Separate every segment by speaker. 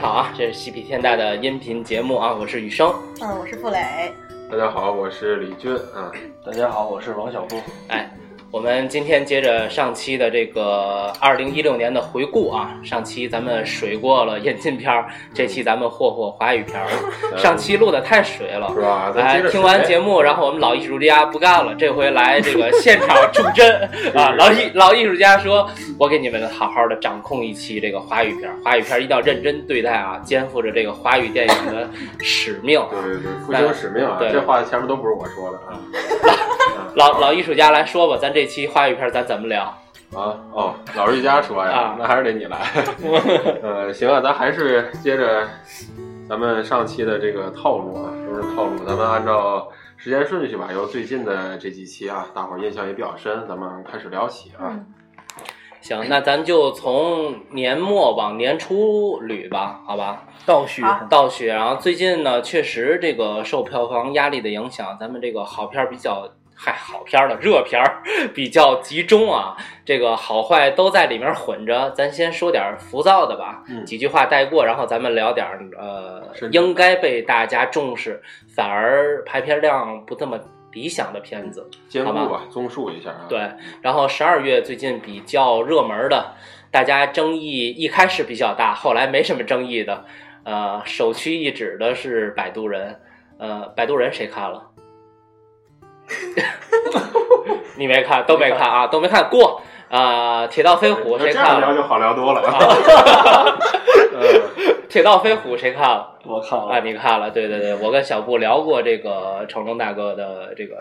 Speaker 1: 啊，这是喜比天大的音频节目啊，我是雨生。
Speaker 2: 嗯，我是傅磊。
Speaker 3: 大家好，我是李军啊。
Speaker 4: 大家好，我是王小波。
Speaker 1: 哎，我们今天接着上期的这个二零一六年的回顾啊，上期咱们水过了燕京片儿，这期咱们霍霍华语片 儿。上期录的太水了
Speaker 3: 是，吧？嗯咱
Speaker 1: 哎
Speaker 3: 接着，
Speaker 1: 听完节目，然后我们老艺术家不干了，这回来这个现场助阵 啊！老艺老艺术家说：“我给你们好好的掌控一期这个华语片儿，华语片儿一定要认真对待啊，肩负着这个华语电影的使命啊。”
Speaker 3: 对对 对，复兴使命啊！
Speaker 1: 对
Speaker 3: 这话前面都不是我说的啊。
Speaker 1: 老老艺术家来说吧，咱这期话语片咱怎么聊？
Speaker 3: 啊哦，老师一家说
Speaker 1: 啊
Speaker 3: 呀，那还是得你来。 呃，行啊，咱还是接着咱们上期的这个套路啊，都是套路。咱们按照时间顺序吧，由最近的这几期啊，大伙儿印象也比较深，咱们开始聊起啊。
Speaker 2: 嗯，
Speaker 1: 行，那咱就从年末往年初捋吧，好吧？
Speaker 4: 倒叙
Speaker 2: 好
Speaker 1: 倒叙，然后最近呢，确实这个受票房压力的影响，咱们这个好片儿比较，嗨，好片儿了，热片儿比较集中啊， 这个好坏都在里面混着。咱先说点浮躁的吧，
Speaker 3: 嗯
Speaker 1: 几句话带过，然后咱们聊点儿呃
Speaker 3: 是，的
Speaker 1: 应该被大家重视，反而排片量不这么理想的片子。
Speaker 3: 兼
Speaker 1: 好
Speaker 3: 顾
Speaker 1: 吧
Speaker 3: 啊，综述一下啊。
Speaker 1: 对，然后十二月最近比较热门的，大家争议一开始比较大，后来没什么争议的，呃，首屈一指的是《摆渡人》，呃，《摆渡人》谁看了？ 你没看，都没看啊，都没看过。啊，铁道飞虎
Speaker 3: 那
Speaker 1: 谁
Speaker 3: 这样
Speaker 1: 看
Speaker 3: 聊
Speaker 1: 了？
Speaker 3: 就好聊 多了。 嗯
Speaker 1: 铁道飞虎谁看了？
Speaker 4: 我看
Speaker 1: 啊，
Speaker 3: 哎
Speaker 4: 了，
Speaker 1: 你看了？对对对，我跟小布聊过这个成龙大哥的这个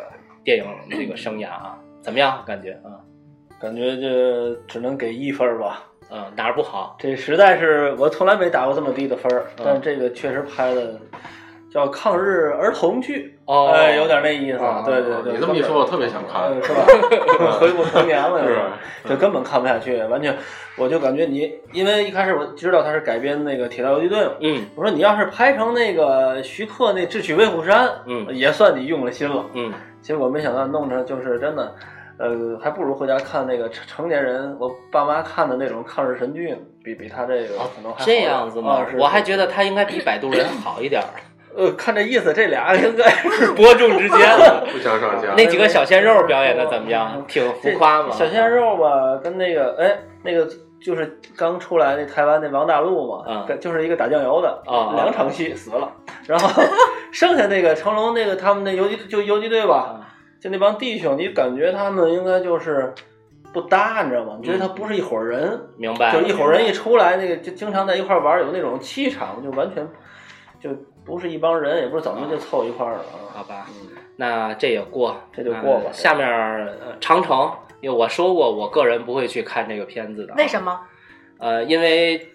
Speaker 1: 电影这个生涯啊，怎么样？感觉啊，
Speaker 4: 感觉这只能给一分儿吧。
Speaker 1: 嗯、哪儿不好？
Speaker 4: 这实在是我从来没打过这么低的分儿，
Speaker 1: 嗯
Speaker 4: 但这个确实拍的叫抗日儿童剧，
Speaker 1: 哦，
Speaker 4: 哎，有点那意思。
Speaker 1: 啊
Speaker 4: 对对对，
Speaker 3: 哦你这么一说，我特别想看
Speaker 4: 呃是吧？ 回不成年 了，
Speaker 3: 是
Speaker 4: 吧？就根本看不下去，完全，我就感觉你，因为一开始我知道它是改编那个《铁道游击队》嘛，
Speaker 1: 嗯
Speaker 4: 我说你要是拍成那个徐克那《智取威虎山》，
Speaker 1: 嗯
Speaker 4: 也算你用了心了。
Speaker 1: 嗯，
Speaker 4: 结果没想到弄成就是真的，呃，还不如回家看那个成成年人我爸妈看的那种抗日神剧呢，比比他这个可能还
Speaker 1: 哦
Speaker 4: 好
Speaker 1: 这样子吗
Speaker 4: 啊、？是
Speaker 1: 哦我还觉得他应该比摆渡人好一 点儿，
Speaker 4: 呃，看这意思，这俩应该是
Speaker 1: 伯仲 之间了。
Speaker 3: 不相上下。
Speaker 1: 那几个小鲜肉表演的怎么样？挺浮夸嘛。
Speaker 4: 哦小鲜肉吧，跟那个哎那个。就是刚出来那台湾那王大陆嘛，
Speaker 1: 嗯
Speaker 4: 跟就是一个打酱油的，
Speaker 1: 啊
Speaker 4: 两场戏死了，然 后剩下那个成龙那个他们那游击就游击队吧，
Speaker 1: 啊，
Speaker 4: 就那帮弟兄，你感觉他们应该就是不搭，你知道吗？你觉得他
Speaker 1: 嗯
Speaker 4: 不是一伙人，
Speaker 1: 明白
Speaker 4: 就。一伙人一出来，那个就经常在一块玩，有那种气场，就完全就不是一帮人，也不知道怎么就凑一块儿了啊。
Speaker 1: 好吧，
Speaker 4: 嗯
Speaker 1: 那这也过，
Speaker 4: 这就过吧
Speaker 1: 嗯下面呃长城，因为我说过，我个人不会去看这个片子的。啊
Speaker 2: 为什么？
Speaker 1: 呃，因为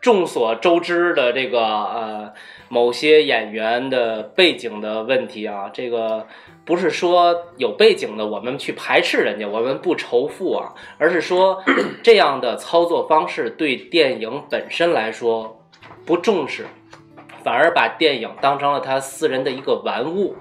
Speaker 1: 众所周知的这个呃某些演员的背景的问题啊，这个不是说有背景的我们去排斥人家，我们不仇富啊，而是说这样的操作方式对电影本身来说不重视，反而把电影当成了他私人的一个玩物。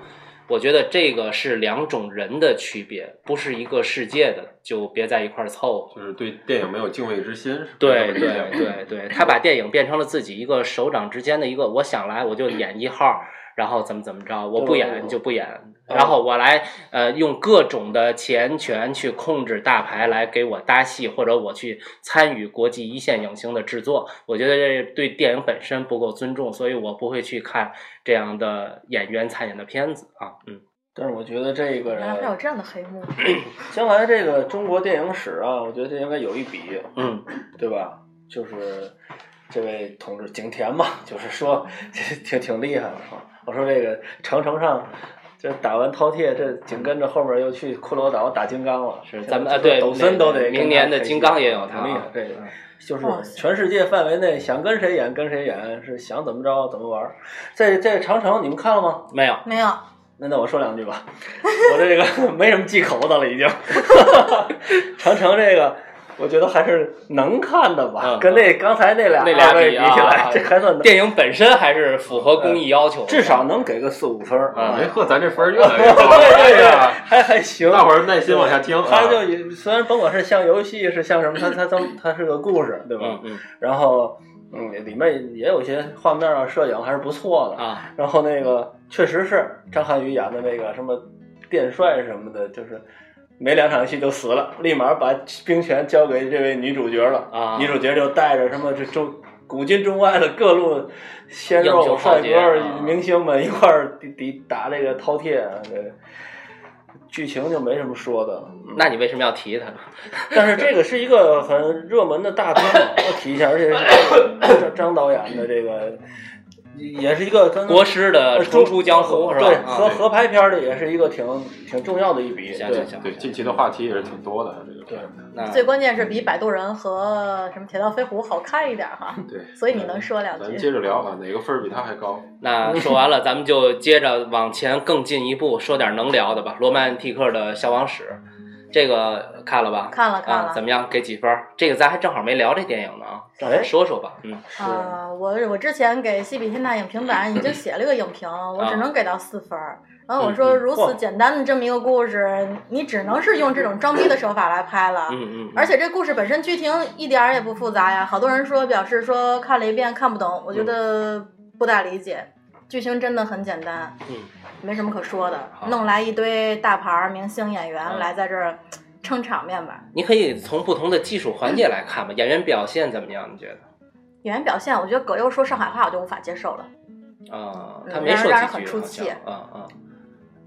Speaker 1: 我觉得这个是两种人的区别，不是一个世界的，就别在一块儿凑合。
Speaker 3: 就是对电影没有敬畏之心，是吧
Speaker 1: 对
Speaker 3: 这么理解
Speaker 1: 对
Speaker 3: 吗
Speaker 1: 对对，他把电影变成了自己一个手掌之间的一个，我想来我就演一号，然后怎么怎么着，我不演就不演，然后我来呃用各种的钱权去控制大牌来给我搭戏，或者我去参与国际一线影星的制作，我觉得这对电影本身不够尊重，所以我不会去看这样的演员参演的片子啊，嗯
Speaker 4: 但是我觉得这个
Speaker 2: 原来还有这样的黑幕。
Speaker 4: 将来这个中国电影史啊，我觉得这应该有一笔，
Speaker 1: 嗯
Speaker 4: 对吧？就是这位同志景甜嘛，就是说挺挺厉害的啊。我说这个长城上。这打完饕餮，这紧跟着后面又去骷髅岛打金刚了。
Speaker 1: 是咱们啊对
Speaker 4: 抖森都得
Speaker 1: 明年的金刚也有他啊嗯
Speaker 4: 他，挺厉害啊这个。就是
Speaker 2: 哇塞
Speaker 4: 全世界范围内想跟谁演跟谁演，是想怎么着怎么玩儿。在在长城你们看了吗？
Speaker 1: 没有
Speaker 2: 没有，
Speaker 4: 那那我说两 句吧，我这个没什么忌口的了已经。长城这个，我觉得还是能看的吧，
Speaker 1: 嗯
Speaker 4: 跟那刚才那俩
Speaker 1: 那俩
Speaker 4: 二位
Speaker 1: 比
Speaker 4: 比
Speaker 1: 啊
Speaker 4: 起来，这还算能，
Speaker 1: 电影本身还是符合工艺要求的，
Speaker 4: 至少能给个四五分儿
Speaker 1: 啊
Speaker 3: 哎呵，咱这分儿越来 越高了。
Speaker 4: 对对
Speaker 3: 呀
Speaker 4: 还还行。
Speaker 3: 大伙儿耐心往下听啊。
Speaker 4: 他就也虽然甭管是像游戏是像什么，他他他他是个故事，对吧？
Speaker 1: 嗯嗯
Speaker 4: 然后嗯，里面也有一些画面啊、摄影还是不错的。
Speaker 1: 啊，
Speaker 4: 然后那个确实是张涵予演的那个什么电帅什么的，就是没两场戏就死了，立马把兵权交给这位女主角了。
Speaker 1: 啊
Speaker 4: 女主角就带着什么这中古今中外的各路鲜
Speaker 1: 英雄
Speaker 4: 肉
Speaker 1: 豪
Speaker 4: 帅
Speaker 1: 杰啊
Speaker 4: 哥明星们一块儿抵抵打这个饕餮啊。这剧情就没什么说的了，嗯
Speaker 1: 那你为什么要提他呢？
Speaker 4: 但是这个是一个很热门的大片嘛，要提一下，而且是张张导演的这个，也是一个
Speaker 2: 嗯
Speaker 4: 跟
Speaker 1: 国师的
Speaker 4: 呃
Speaker 1: 重出江湖是吧？
Speaker 4: 对，
Speaker 1: 啊
Speaker 4: 合
Speaker 3: 对
Speaker 4: 合拍片儿里也是一个挺挺重要的一笔。
Speaker 1: 行
Speaker 4: 对
Speaker 1: 行行，
Speaker 3: 对，近期的话题也是挺多的，啊这个片子。
Speaker 1: 那
Speaker 2: 最关键是比《摆渡人》和什么《铁道飞狐》好看一点哈，
Speaker 3: 对，
Speaker 2: 所以你能说两
Speaker 3: 咱
Speaker 2: 句。
Speaker 3: 接着聊啊，哪个分儿比他还高？
Speaker 1: 那说完了，咱们就接着往前更进一步，说点能聊的吧。《罗曼蒂克的消亡史》，这个看了吧？
Speaker 2: 看了看
Speaker 1: 啊，
Speaker 2: 了
Speaker 1: 怎么样？给几分儿？这个咱还正好没聊这电影呢啊，
Speaker 4: 哎，
Speaker 1: 说说吧。嗯，
Speaker 4: 是
Speaker 2: 啊、我我之前给《西比天大》影评版已经写了个影评，我只能给到四分儿。然后我说，如此简单的这么一个故事，你只能是用这种装逼的手法来拍了。
Speaker 1: 嗯嗯，
Speaker 2: 哎而且这故事本身剧情一点儿也不复杂呀，好多人说表示说看了一遍看不懂，我觉得不大理解。剧情真的很简单，
Speaker 1: 嗯，
Speaker 2: 没什么可说的
Speaker 1: 好，
Speaker 2: 弄来一堆大牌儿明星演员
Speaker 1: 嗯
Speaker 2: 来在这儿撑场面吧。
Speaker 1: 你可以从不同的技术环节来看吧，演员表现怎么样？你觉得？
Speaker 2: 演员表现，我觉得葛优说上海话我就无法接受了，
Speaker 1: 啊，
Speaker 2: 嗯
Speaker 1: 他没说
Speaker 2: 让人
Speaker 1: 几
Speaker 2: 很
Speaker 1: 句，
Speaker 2: 出
Speaker 1: 好像
Speaker 2: 气
Speaker 1: 啊啊，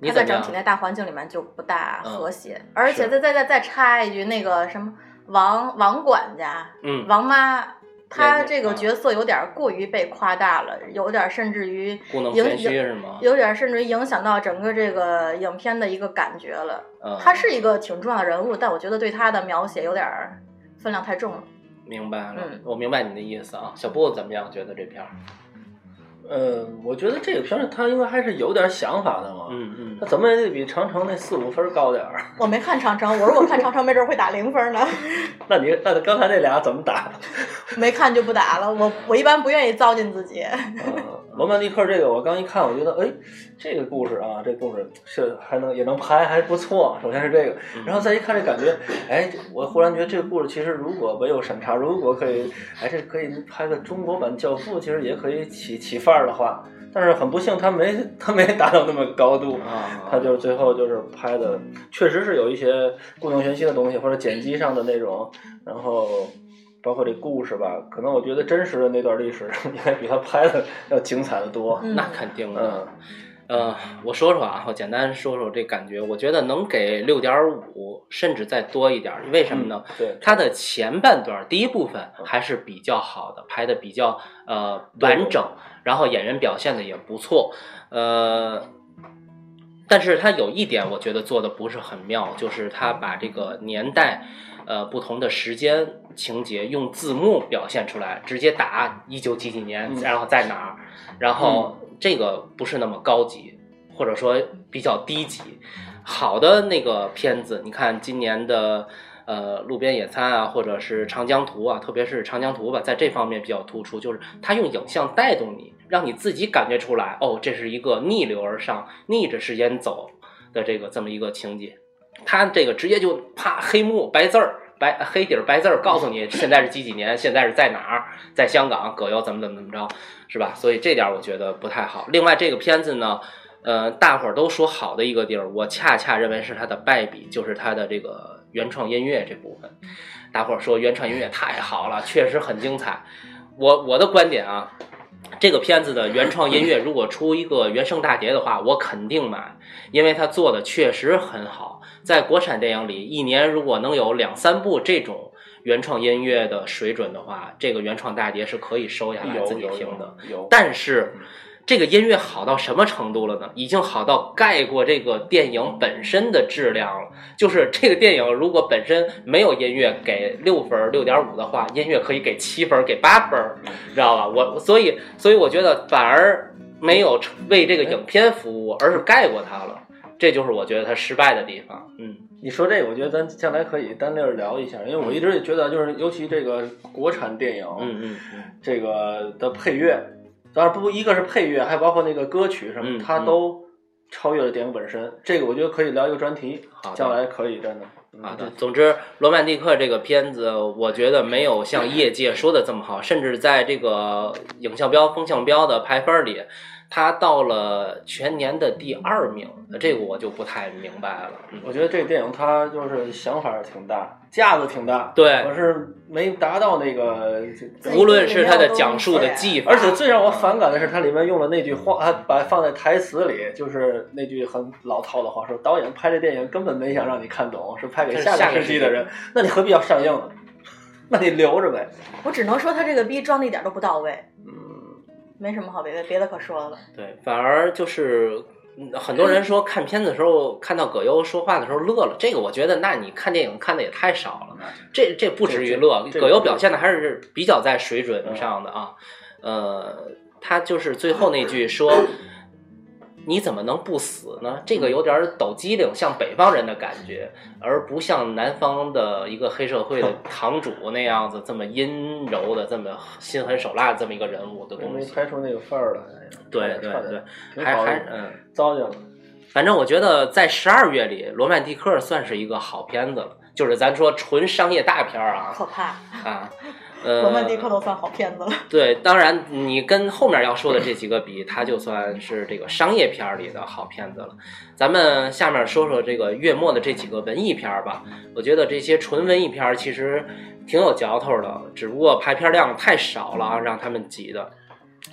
Speaker 1: 你
Speaker 2: 他
Speaker 1: 怎么
Speaker 2: 在整
Speaker 1: 样？
Speaker 2: 体
Speaker 1: 嗯
Speaker 2: 那大环境里面就不大和谐。而且
Speaker 1: 是
Speaker 2: 再再再再插一句，那个什么王王管家、
Speaker 1: 嗯，
Speaker 2: 王妈，她
Speaker 1: 也
Speaker 2: 这
Speaker 1: 啊
Speaker 2: 个角色有点过于被夸大了，有点甚至于
Speaker 1: 故弄
Speaker 2: 影
Speaker 1: 玄虚
Speaker 2: 影
Speaker 1: 是吗？啊
Speaker 2: 有点甚至于影响到整个这个影片的一个感觉了。
Speaker 1: 嗯，
Speaker 2: 他是一个挺重要的人物，但我觉得对他的描写有点儿分量太重了。
Speaker 1: 明白了
Speaker 2: 嗯，
Speaker 1: 我明白你的意思啊。小布怎么样？觉得这片儿？
Speaker 4: 呃，我觉得这个片儿它因为还是有点想法的嘛，
Speaker 1: 嗯
Speaker 4: 它怎么也得比长城那四五分儿高点儿。
Speaker 2: 我没看长城，我如果看长城，没准会打零分呢。
Speaker 4: 那你那刚才那俩怎么打？
Speaker 2: 没看就不打了，我我一般不愿意糟践自己。
Speaker 4: 呃罗曼蒂克这个我刚一看，我觉得哎，这个故事啊，这故事是还能也能拍，还不错。首先是这个，然后再一看这感觉，哎，这我忽然觉得这个故事其实如果没有审查，如果可以，哎，这可以拍个中国版《教父》，其实也可以起起范儿的话。但是很不幸，他没他没达到那么高度
Speaker 1: 嗯，啊，
Speaker 4: 他就是最后就是拍的，确实是有一些故弄玄虚的东西，或者剪辑上的那种，然后包括这故事吧，可能我觉得真实的那段历史 应该比他拍的要精彩的多。
Speaker 2: 嗯
Speaker 1: 那肯定的。
Speaker 4: 嗯，
Speaker 1: 呃，我说说啊，我简单说说这感觉，我觉得能给六点五，甚至再多一点儿。为什么呢？
Speaker 4: 嗯对，
Speaker 1: 它的前半段第一部分还是比较好的，拍的比较呃完整，然后演员表现的也不错，呃。但是它有一点，我觉得做的不是很妙，就是它把这个年代，呃，不同的时间情节用字幕表现出来，直接打一九几几年，
Speaker 4: 嗯
Speaker 1: 然后在哪儿，然后这个不是那么高级，或者说比较低级。好的那个片子，你看今年的呃《路边野餐》啊，或者是《长江图》啊，特别是《长江图》吧，在这方面比较突出，就是它用影像带动你，让你自己感觉出来，哦，这是一个逆流而上、逆着时间走的这个这么一个情节。它这个直接就啪黑幕白字儿。白黑底儿白字儿告诉你现在是几几年，现在是在哪儿，在香港，葛优怎么怎么怎么着，是吧？所以这点儿我觉得不太好。另外，这个片子呢，呃，大伙儿都说好的一个地儿，我恰恰认为是它的败笔，就是它的这个原创音乐这部分。大伙儿说原创音乐太好了，确实很精彩。我我的观点啊，这个片子的原创音乐如果出一个原声大碟的话，我肯定买，因为它做的确实很好。在国产电影里，一年如果能有两三部这种原创音乐的水准的话，这个原创大碟是可以收下来
Speaker 4: 有
Speaker 1: 自己
Speaker 4: 有
Speaker 1: 听的。
Speaker 4: 有有，
Speaker 1: 但是这个音乐好到什么程度了呢？已经好到盖过这个电影本身的质量了。就是这个电影如果本身没有音乐，给六分六点五的话，音乐可以给七分儿，给八分儿，知道吧？我所以所以我觉得反而没有成为这个影片服务，而是盖过它了。这就是我觉得它失败的地方。嗯
Speaker 4: 你说这个，我觉得咱将来可以单列儿聊一下，因为我一直也觉得，就是尤其这个国产电影，
Speaker 1: 嗯嗯嗯，
Speaker 4: 这个的配乐，当然不一个是配乐，还包括那个歌曲什
Speaker 1: 嗯
Speaker 4: 么，它
Speaker 1: 嗯
Speaker 4: 都超越了电影本身。这个我觉得可以聊一个专题
Speaker 1: 好的，
Speaker 4: 将来可以真的。嗯
Speaker 1: 啊，就总之，《罗曼蒂克》这个片子，我觉得没有像业界说的这么好，甚至在这个影像标、风向标的排分里，它到了全年的第二名，这个我就不太明白了。嗯
Speaker 4: 我觉得这个电影它就是想法挺大，架子挺大，
Speaker 1: 对
Speaker 4: 可是没达到那个。
Speaker 2: 对
Speaker 1: 无论是它的讲述的技法，
Speaker 4: 而且最
Speaker 1: 嗯
Speaker 4: 让我反感的是，它里面用了那句话，还把放在台词里，就是那句很老套的话，说导演拍这电影根本没想让你看懂，是拍给
Speaker 1: 是
Speaker 4: 下
Speaker 1: 下个
Speaker 4: 个世
Speaker 1: 世纪
Speaker 4: 纪的人， 那你何必要上映呢？ 那你留着呗。
Speaker 2: 我只能说他这个逼装的一点都不到位，
Speaker 4: 嗯，
Speaker 2: 没什么好别的别的可说了。
Speaker 1: 对，反而就是嗯很多人说看片子的时候看到葛优说话的时候乐了，这个我觉得那你看电影看的也太少了，这这不至于乐，
Speaker 4: 这这嗯
Speaker 1: 葛优表现的还是比较在水准上的啊，呃，他就是最后那句说。你怎么能不死呢？这个有点儿抖机灵，像北方人的感觉，而不像南方的一个黑社会 的堂主那样子这么阴柔的、这么心狠手辣的这么一个人物的
Speaker 4: 我
Speaker 1: 东
Speaker 4: 没
Speaker 1: 西。
Speaker 4: 拍出那个范儿来。哎呀
Speaker 1: 对对
Speaker 4: 差点
Speaker 1: 对，
Speaker 4: 挺
Speaker 1: 还
Speaker 4: 好
Speaker 1: 还
Speaker 4: 的，
Speaker 1: 嗯，
Speaker 4: 糟践了。
Speaker 1: 反正我觉得在十二月里，《罗曼蒂克》算是一个好片子了，就是咱说纯商业大片儿啊
Speaker 2: 可怕，
Speaker 1: 啊，
Speaker 2: 罗曼蒂克
Speaker 1: 呃，
Speaker 2: 都算好片子了。
Speaker 1: 对，当然你跟后面要说的这几个比，它就算是这个商业片儿里的好片子了。咱们下面说说这个月末的这几个文艺片儿吧，我觉得这些纯文艺片儿其实挺有嚼头的，只不过排片量太少了啊，让他们挤的。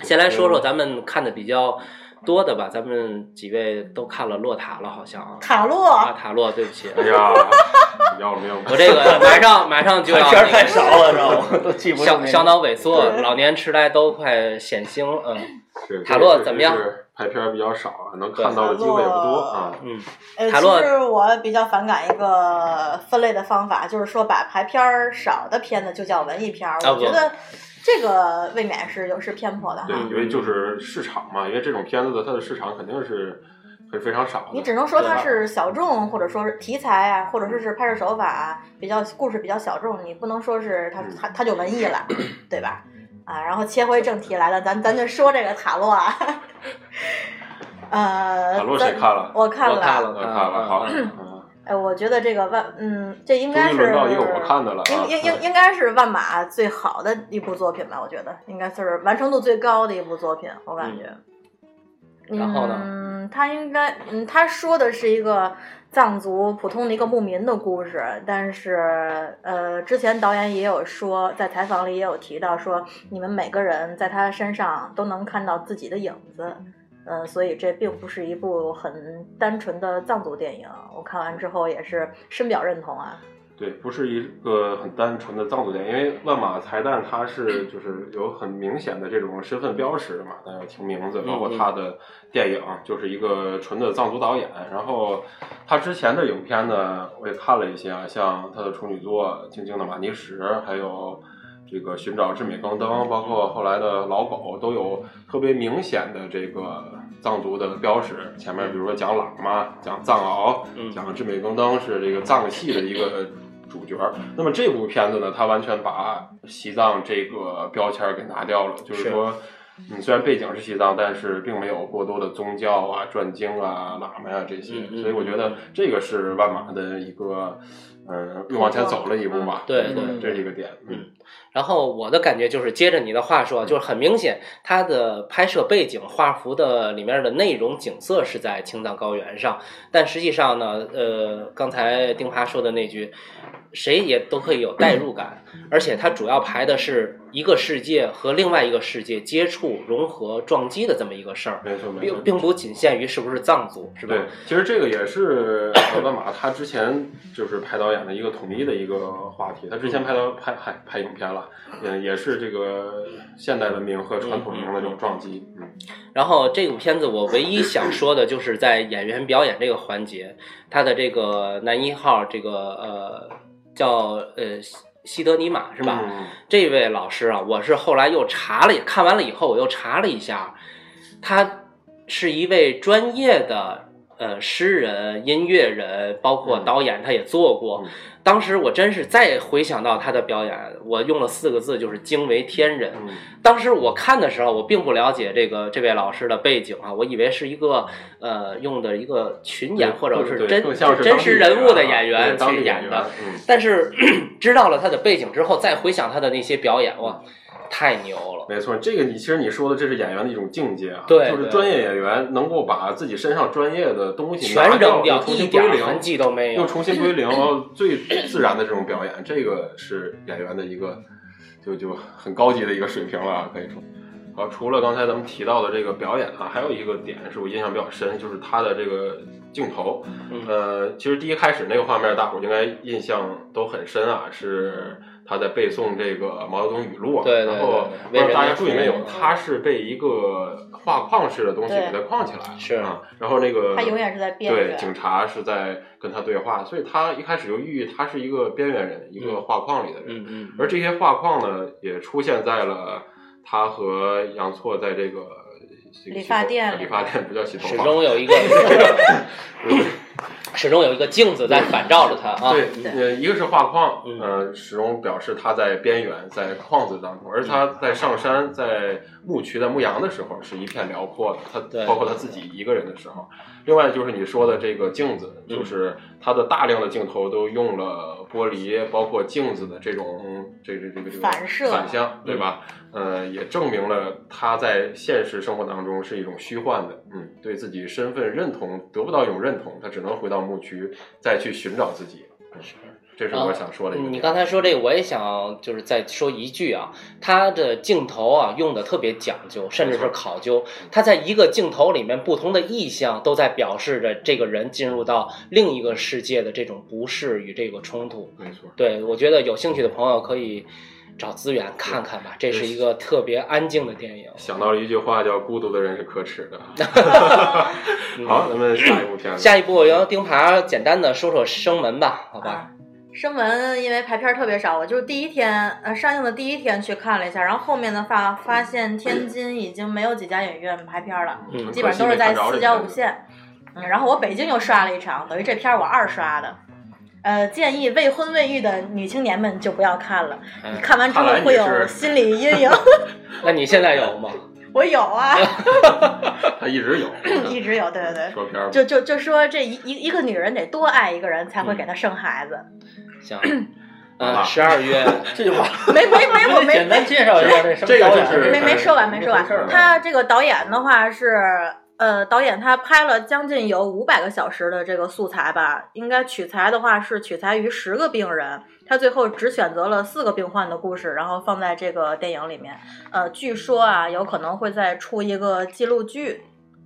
Speaker 1: 先来说说咱们看的比较多的吧，咱们几位都看了《洛塔》了，好像啊。
Speaker 2: 卡
Speaker 1: 啊，
Speaker 2: 洛，
Speaker 1: 塔洛，对不起，
Speaker 3: 哎呀， 要了命！
Speaker 1: 我这个马上马上就要
Speaker 4: 看片儿太少了，知道吗？ 都记不住那
Speaker 1: 小
Speaker 4: 个。
Speaker 1: 小脑萎缩，老年痴呆都快显星，嗯
Speaker 3: 是
Speaker 1: 塔洛怎么样？
Speaker 3: 这个确实是拍片儿比较少啊，能看到的机会也不多啊。
Speaker 1: 嗯，
Speaker 2: 呃，
Speaker 1: 卡
Speaker 2: 其
Speaker 1: 洛
Speaker 2: 实我比较反感一个分类的方法，就是说把排片儿少的片子就叫文艺片儿。
Speaker 1: 啊
Speaker 2: 我
Speaker 1: 不
Speaker 2: 觉得这个未免是有失偏颇的
Speaker 3: 对
Speaker 2: 哈。，
Speaker 3: 因为就是市场嘛，因为这种片子的它的市场肯定是会非常少的。
Speaker 2: 你只能说它
Speaker 4: 对吧
Speaker 2: 是小众，或者说是题材啊，或者说是拍摄手法啊，比较故事比较小众，你不能说是它
Speaker 3: 嗯
Speaker 2: 它它就文艺 了，对吧？啊，然后切回正题来了，咱咱就说这个塔洛啊，呃，
Speaker 3: 塔洛谁
Speaker 2: 咱
Speaker 3: 看了？
Speaker 2: 我看
Speaker 1: 我看
Speaker 3: 我
Speaker 1: 了，
Speaker 3: 看了，好，嗯
Speaker 2: 哎，我觉得这个万，嗯，这应
Speaker 3: 终
Speaker 2: 该
Speaker 3: 于
Speaker 2: 是
Speaker 3: 轮到一个我看的了啊。
Speaker 2: 应应应应该是万马最好的一部作品吧，我觉得应该就是完成度最高的一部作品，我感觉。嗯、
Speaker 1: 然后呢
Speaker 2: 嗯，他应该，嗯，他说的是一个藏族普通的一个牧民的故事，但是，呃，之前导演也有说，在采访里也有提到说，你们每个人在他身上都能看到自己的影子。嗯，所以这并不是一部很单纯的藏族电影，我看完之后也是深表认同啊。
Speaker 3: 对，不是一个很单纯的藏族电影，因为万马财旦 它是就是有很明显的这种身份标识嘛，大家听名字，包
Speaker 2: 嗯
Speaker 3: 括他的电影就是一个纯的藏族导演。然后他之前的影片呢，我也看了一些啊，像他的处女作《静静的玛尼石》，还有这个《寻找至美更登》，包括后来的《老狗》，都有特别明显的这个藏族的标识。前面比如说讲喇嘛，讲藏獒，
Speaker 1: 嗯
Speaker 3: 讲志美更登是这个藏系的一个主角儿。那么这部片子呢，它完全把西藏这个标签儿给拿掉了，就是说，嗯，虽然背景是西藏，但是并没有过多的宗教啊、转经啊、喇嘛呀、这些
Speaker 1: 嗯。嗯
Speaker 3: 所以我觉得这个是万马的一个，嗯，又往前走了一步吧。
Speaker 1: 嗯对
Speaker 2: 对
Speaker 3: 这是一个点。嗯，
Speaker 1: 然后我的感觉就是，接着你的话说，就是很明显，它的拍摄背景、画幅的里面的内容、景色是在青藏高原上，但实际上呢，呃，刚才丁华说的那句，谁也都可以有代入感，而且它主要排的是一个世界和另外一个世界接触、融合、撞击的这么一个事儿，
Speaker 3: 没错没错
Speaker 1: 并。并不仅限于是不是藏族，是吧？
Speaker 3: 对，其实这个也是奥巴马他之前就是拍导演的一个统一的一个话题。他之前拍到拍拍拍影片了，嗯，也是这个现代文明和传统文明的这种撞击。嗯，
Speaker 1: 然后这部片子我唯一想说的就是在演员表演这个环节，他的这个男一号，这个呃叫呃西西德尼玛是吧？
Speaker 3: 嗯
Speaker 1: 这位老师啊，我是后来又查了，看完了以后我又查了一下，他是一位专业的呃诗人、音乐人，包括
Speaker 3: 嗯
Speaker 1: 导演，他也做过。
Speaker 3: 嗯
Speaker 1: 当时我真是再回想到他的表演，我用了四个字，就是惊为天人。
Speaker 3: 嗯
Speaker 1: 当时我看的时候，我并不了解这个这位老师的背景啊，我以为是一个呃用的一个群演
Speaker 3: 嗯对
Speaker 1: 或者是
Speaker 3: 对
Speaker 1: 真
Speaker 3: 更像是
Speaker 1: 真
Speaker 3: 当地
Speaker 1: 实人物的
Speaker 3: 啊
Speaker 1: 演员
Speaker 3: 对当
Speaker 1: 去
Speaker 3: 地演
Speaker 1: 演的
Speaker 3: 员。，嗯
Speaker 1: 但是 知道了他的背景之后，再回想他的那些表演，哇，太牛了！
Speaker 3: 没错，这个你其实你说的这是演员的一种境界啊，
Speaker 1: 对
Speaker 3: 就是专业演员能够把自己身上专业的东西
Speaker 1: 全
Speaker 3: 拿
Speaker 1: 扔
Speaker 3: 掉，又重
Speaker 1: 一
Speaker 3: 新
Speaker 1: 点
Speaker 3: 归
Speaker 1: 儿痕
Speaker 3: 零，
Speaker 1: 迹都没
Speaker 3: 又
Speaker 1: 有。
Speaker 3: 重新归零，最自然的这种表演，这个是演员的一个就就很高级的一个水平了啊，可以说。好，除了刚才咱们提到的这个表演啊，还有一个点是我印象比较深，就是他的这个镜头。
Speaker 1: 嗯
Speaker 3: 呃，其实第一开始那个画面，大伙儿应该印象都很深啊，是他在背诵这个毛泽东语录啊。
Speaker 1: 对对
Speaker 3: 然后不
Speaker 1: 对为
Speaker 3: 知
Speaker 1: 人民
Speaker 3: 道大家注意没有
Speaker 1: 服务，
Speaker 3: 他是被一个画框式的东西给它框起来了。
Speaker 1: 是
Speaker 3: 啊，然后那个
Speaker 2: 他永远是在变
Speaker 3: 对，
Speaker 2: 着。
Speaker 3: 警察是在跟他对话，所以他一开始就寓意他是一个边缘
Speaker 2: 嗯
Speaker 3: 人，一个画框里的人。
Speaker 1: 嗯嗯
Speaker 3: 而这些画框呢，也出现在了他和杨错在这个这个
Speaker 2: 理发店
Speaker 3: 洗头呃
Speaker 2: 里
Speaker 3: 理发店不叫洗头
Speaker 1: 始
Speaker 3: 发，
Speaker 1: 终有一个， 始终有一个镜子在反照着他啊。
Speaker 3: 对，呃，一个是画框，
Speaker 1: 嗯
Speaker 3: 呃，始终表示他在边缘，在框子当中，而他
Speaker 1: 嗯
Speaker 3: 在上山，在牧区，在牧羊的时候是一片辽阔的，
Speaker 1: 对
Speaker 3: 他包括他自己一个人的时候。另外就是你说的这个镜子，
Speaker 1: 嗯
Speaker 3: 就是他的大量的镜头都用了玻璃，包括镜子的这种这这这个这个
Speaker 2: 反射
Speaker 3: 反向，对吧？呃，也证明了他在现实生活当中是一种虚幻的，嗯，对自己身份认同得不到一种认同，他只能回到牧区再去寻找自己。嗯这是嗯我想说的一个点。
Speaker 1: 你嗯刚才说这个，我也想就是再说一句啊，他的镜头啊用的特别讲究，甚至是考究。他在一个镜头里面，不同的意象都在表示着这个人进入到另一个世界的这种不适与这个冲突。
Speaker 3: 没错，
Speaker 1: 对我觉得有兴趣的朋友可以找资源看看吧，这是一个特别安静的电影。
Speaker 3: 想到了一句话叫“孤独的人是可耻 的” 。好，咱们下一部片子。
Speaker 1: 下一步我由钉耙简单的说说《生门》吧，好吧？
Speaker 2: 啊，生门因为排片儿特别少，我就是第一天呃上映的第一天去看了一下，然后后面的话发现天津已经没有几家影院排片儿了，
Speaker 1: 嗯
Speaker 2: 基本上都是在四郊五。县。嗯，然后我北京又刷了一场，等于这片儿我二刷的。呃，建议未婚未育的女青年们就不要看了，
Speaker 1: 嗯
Speaker 2: 你看完之后
Speaker 3: 看来你
Speaker 2: 会
Speaker 3: 是
Speaker 2: 有心理阴影。
Speaker 1: 那你现在有吗？
Speaker 2: 我有啊，
Speaker 3: 他 一直有嗯
Speaker 2: 一直有，对对 对。
Speaker 3: 说片儿吧，
Speaker 2: 就就就说这一一一个女人得多爱一个人才会给她生孩子，
Speaker 1: 行，呃，十二月，
Speaker 4: 这句话
Speaker 2: 没没没 我没
Speaker 4: 简单介绍一下这什么
Speaker 3: 这个
Speaker 4: 导
Speaker 3: 就
Speaker 4: 演
Speaker 3: 是
Speaker 2: 没没说完，没说
Speaker 4: 没事儿
Speaker 2: 完。他这个导演的话是，呃，导演他拍了将近有五百个小时的这个素材吧，应该取材的话是取材于十个病人，他最后只选择了四个病患的故事，然后放在这个电影里面。呃，据说啊，有可能会再出一个纪录剧。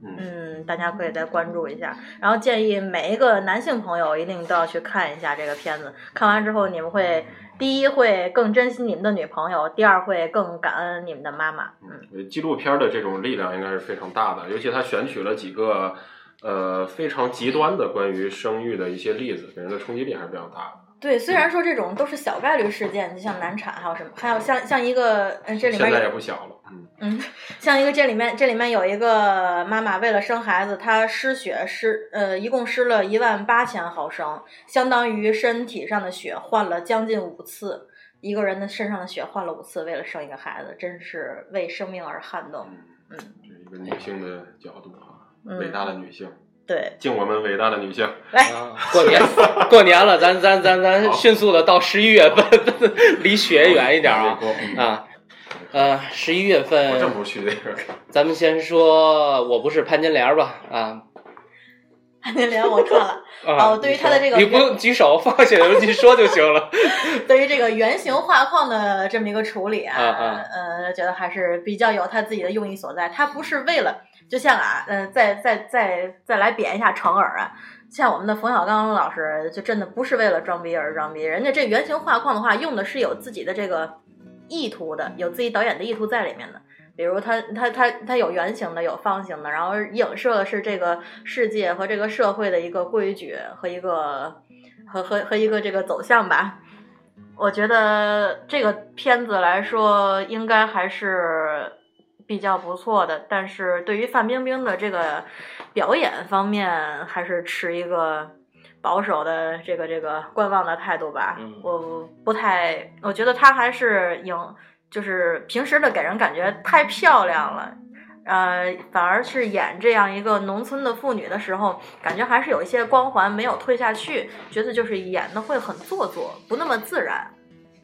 Speaker 3: 嗯，
Speaker 2: 嗯，大家可以再关注一下，然后建议每一个男性朋友一定都要去看一下这个片子。看完之后，你们会第一会更珍惜你们的女朋友，第二会更感恩你们的妈妈。嗯，
Speaker 3: 纪录片的这种力量应该是非常大的，尤其他选取了几个呃非常极端的关于生育的一些例子，给人的冲击力还是比较大的。
Speaker 2: 对，虽然说这种都是小概率事件，就像难产，还有什么，还有像像一个，嗯，这里
Speaker 3: 现
Speaker 2: 面
Speaker 3: 在
Speaker 2: 有
Speaker 3: 也不小了，嗯，
Speaker 2: 嗯，像一个这里面这里面有一个妈妈为了生孩子，她失血失呃，一共失了一万八千毫升，相当于身体上的血换了将近五次，一个人的身上的血换了五次，为了生一个孩子，真是为生命而撼动。
Speaker 1: 嗯
Speaker 3: 这是一个女性的角度啊，
Speaker 2: 嗯
Speaker 3: 伟大的女性，
Speaker 2: 对，
Speaker 3: 敬我们伟大的女性。
Speaker 1: 啊， 过年过年了，咱咱咱咱迅速的到十一月份，离学远一点啊啊。呃，十一月
Speaker 3: 嗯我真
Speaker 1: 份，
Speaker 3: 不去这个。
Speaker 1: 咱们先说《我不是潘金莲》吧，啊
Speaker 2: 潘金莲我看了，
Speaker 1: 啊！
Speaker 2: 哦对于他的这个
Speaker 1: 你不用举手，放下你说就行了。
Speaker 2: 对于这个圆形画框的这么一个处理啊，
Speaker 1: 啊啊
Speaker 2: 呃，觉得还是比较有他自己的用意所在。他不是为了，就像啊，嗯、再再再再来贬一下成耳啊，像我们的冯小刚老师，就真的不是为了装逼而装逼，人家这圆形画框的话，用的是有自己的这个意图的，有自己导演的意图在里面的。比如它它它它有圆形的，有方形的，然后影射的是这个世界和这个社会的一个规矩和一个和和和一个这个走向吧。我觉得这个片子来说，应该还是比较不错的，但是对于范冰冰的这个表演方面，还是持一个保守的这个这个观望的态度吧。
Speaker 1: 嗯
Speaker 2: 我不太，我觉得她还是影，就是平时的给人感觉太漂亮了。呃，反而是演这样一个农村的妇女的时候，感觉还是有一些光环没有退下去，觉得就是演的会很做作，不那么自然。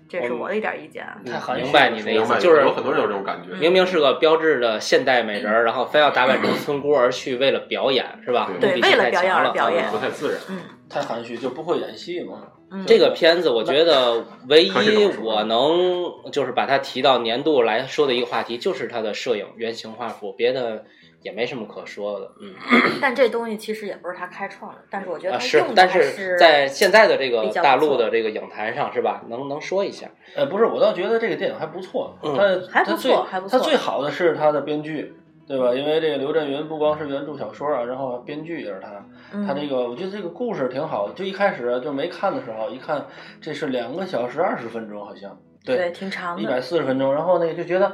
Speaker 2: 这是我的一点意见。啊
Speaker 4: 太含蓄了。
Speaker 1: 明白你的意
Speaker 3: 明
Speaker 1: 思，
Speaker 3: 白，
Speaker 1: 就是嗯
Speaker 3: 有很多人有这种感觉。
Speaker 1: 明明是个标志的现代美人儿，然后非要打扮成村姑而去，为了表演是吧？
Speaker 2: 对
Speaker 1: 目的性
Speaker 2: 为
Speaker 1: 太
Speaker 2: 了表演
Speaker 1: 强
Speaker 2: 而
Speaker 1: 了啊
Speaker 2: 表演
Speaker 3: 不太自然。
Speaker 4: 太含蓄就不会演戏嘛。
Speaker 2: 嗯，
Speaker 1: 这个片子，我觉得唯
Speaker 3: 可以这
Speaker 1: 一
Speaker 3: 么说
Speaker 1: 我能就是把它提到年度来说的一个话题，就是它的摄影原型画幅，别的也没什么可说的。嗯，
Speaker 2: 但这东西其实也不是他开创的，但是我觉得
Speaker 1: 啊
Speaker 2: 他
Speaker 1: 是
Speaker 2: 用，的
Speaker 1: 但
Speaker 2: 还
Speaker 1: 是在现在的这个
Speaker 2: 比较不
Speaker 1: 大陆
Speaker 2: 错
Speaker 1: 的这个影坛上，是吧？能能说一下？
Speaker 4: 呃，不是，我倒觉得这个电影还不错，
Speaker 1: 嗯
Speaker 4: 它
Speaker 2: 还不
Speaker 4: 它最
Speaker 2: 错还不
Speaker 4: 它
Speaker 2: 错
Speaker 4: 最好的是它的编剧，对吧？因为这个刘震云不光是原著小说啊，然后编剧也是他。
Speaker 2: 嗯
Speaker 4: 他这个，我觉得这个故事挺好的。就一开始就没看的时候，一看这是两个小时二十分钟，好像
Speaker 2: 对，挺长
Speaker 4: 一百
Speaker 2: 的，
Speaker 4: 四十分钟。然后那个就觉得，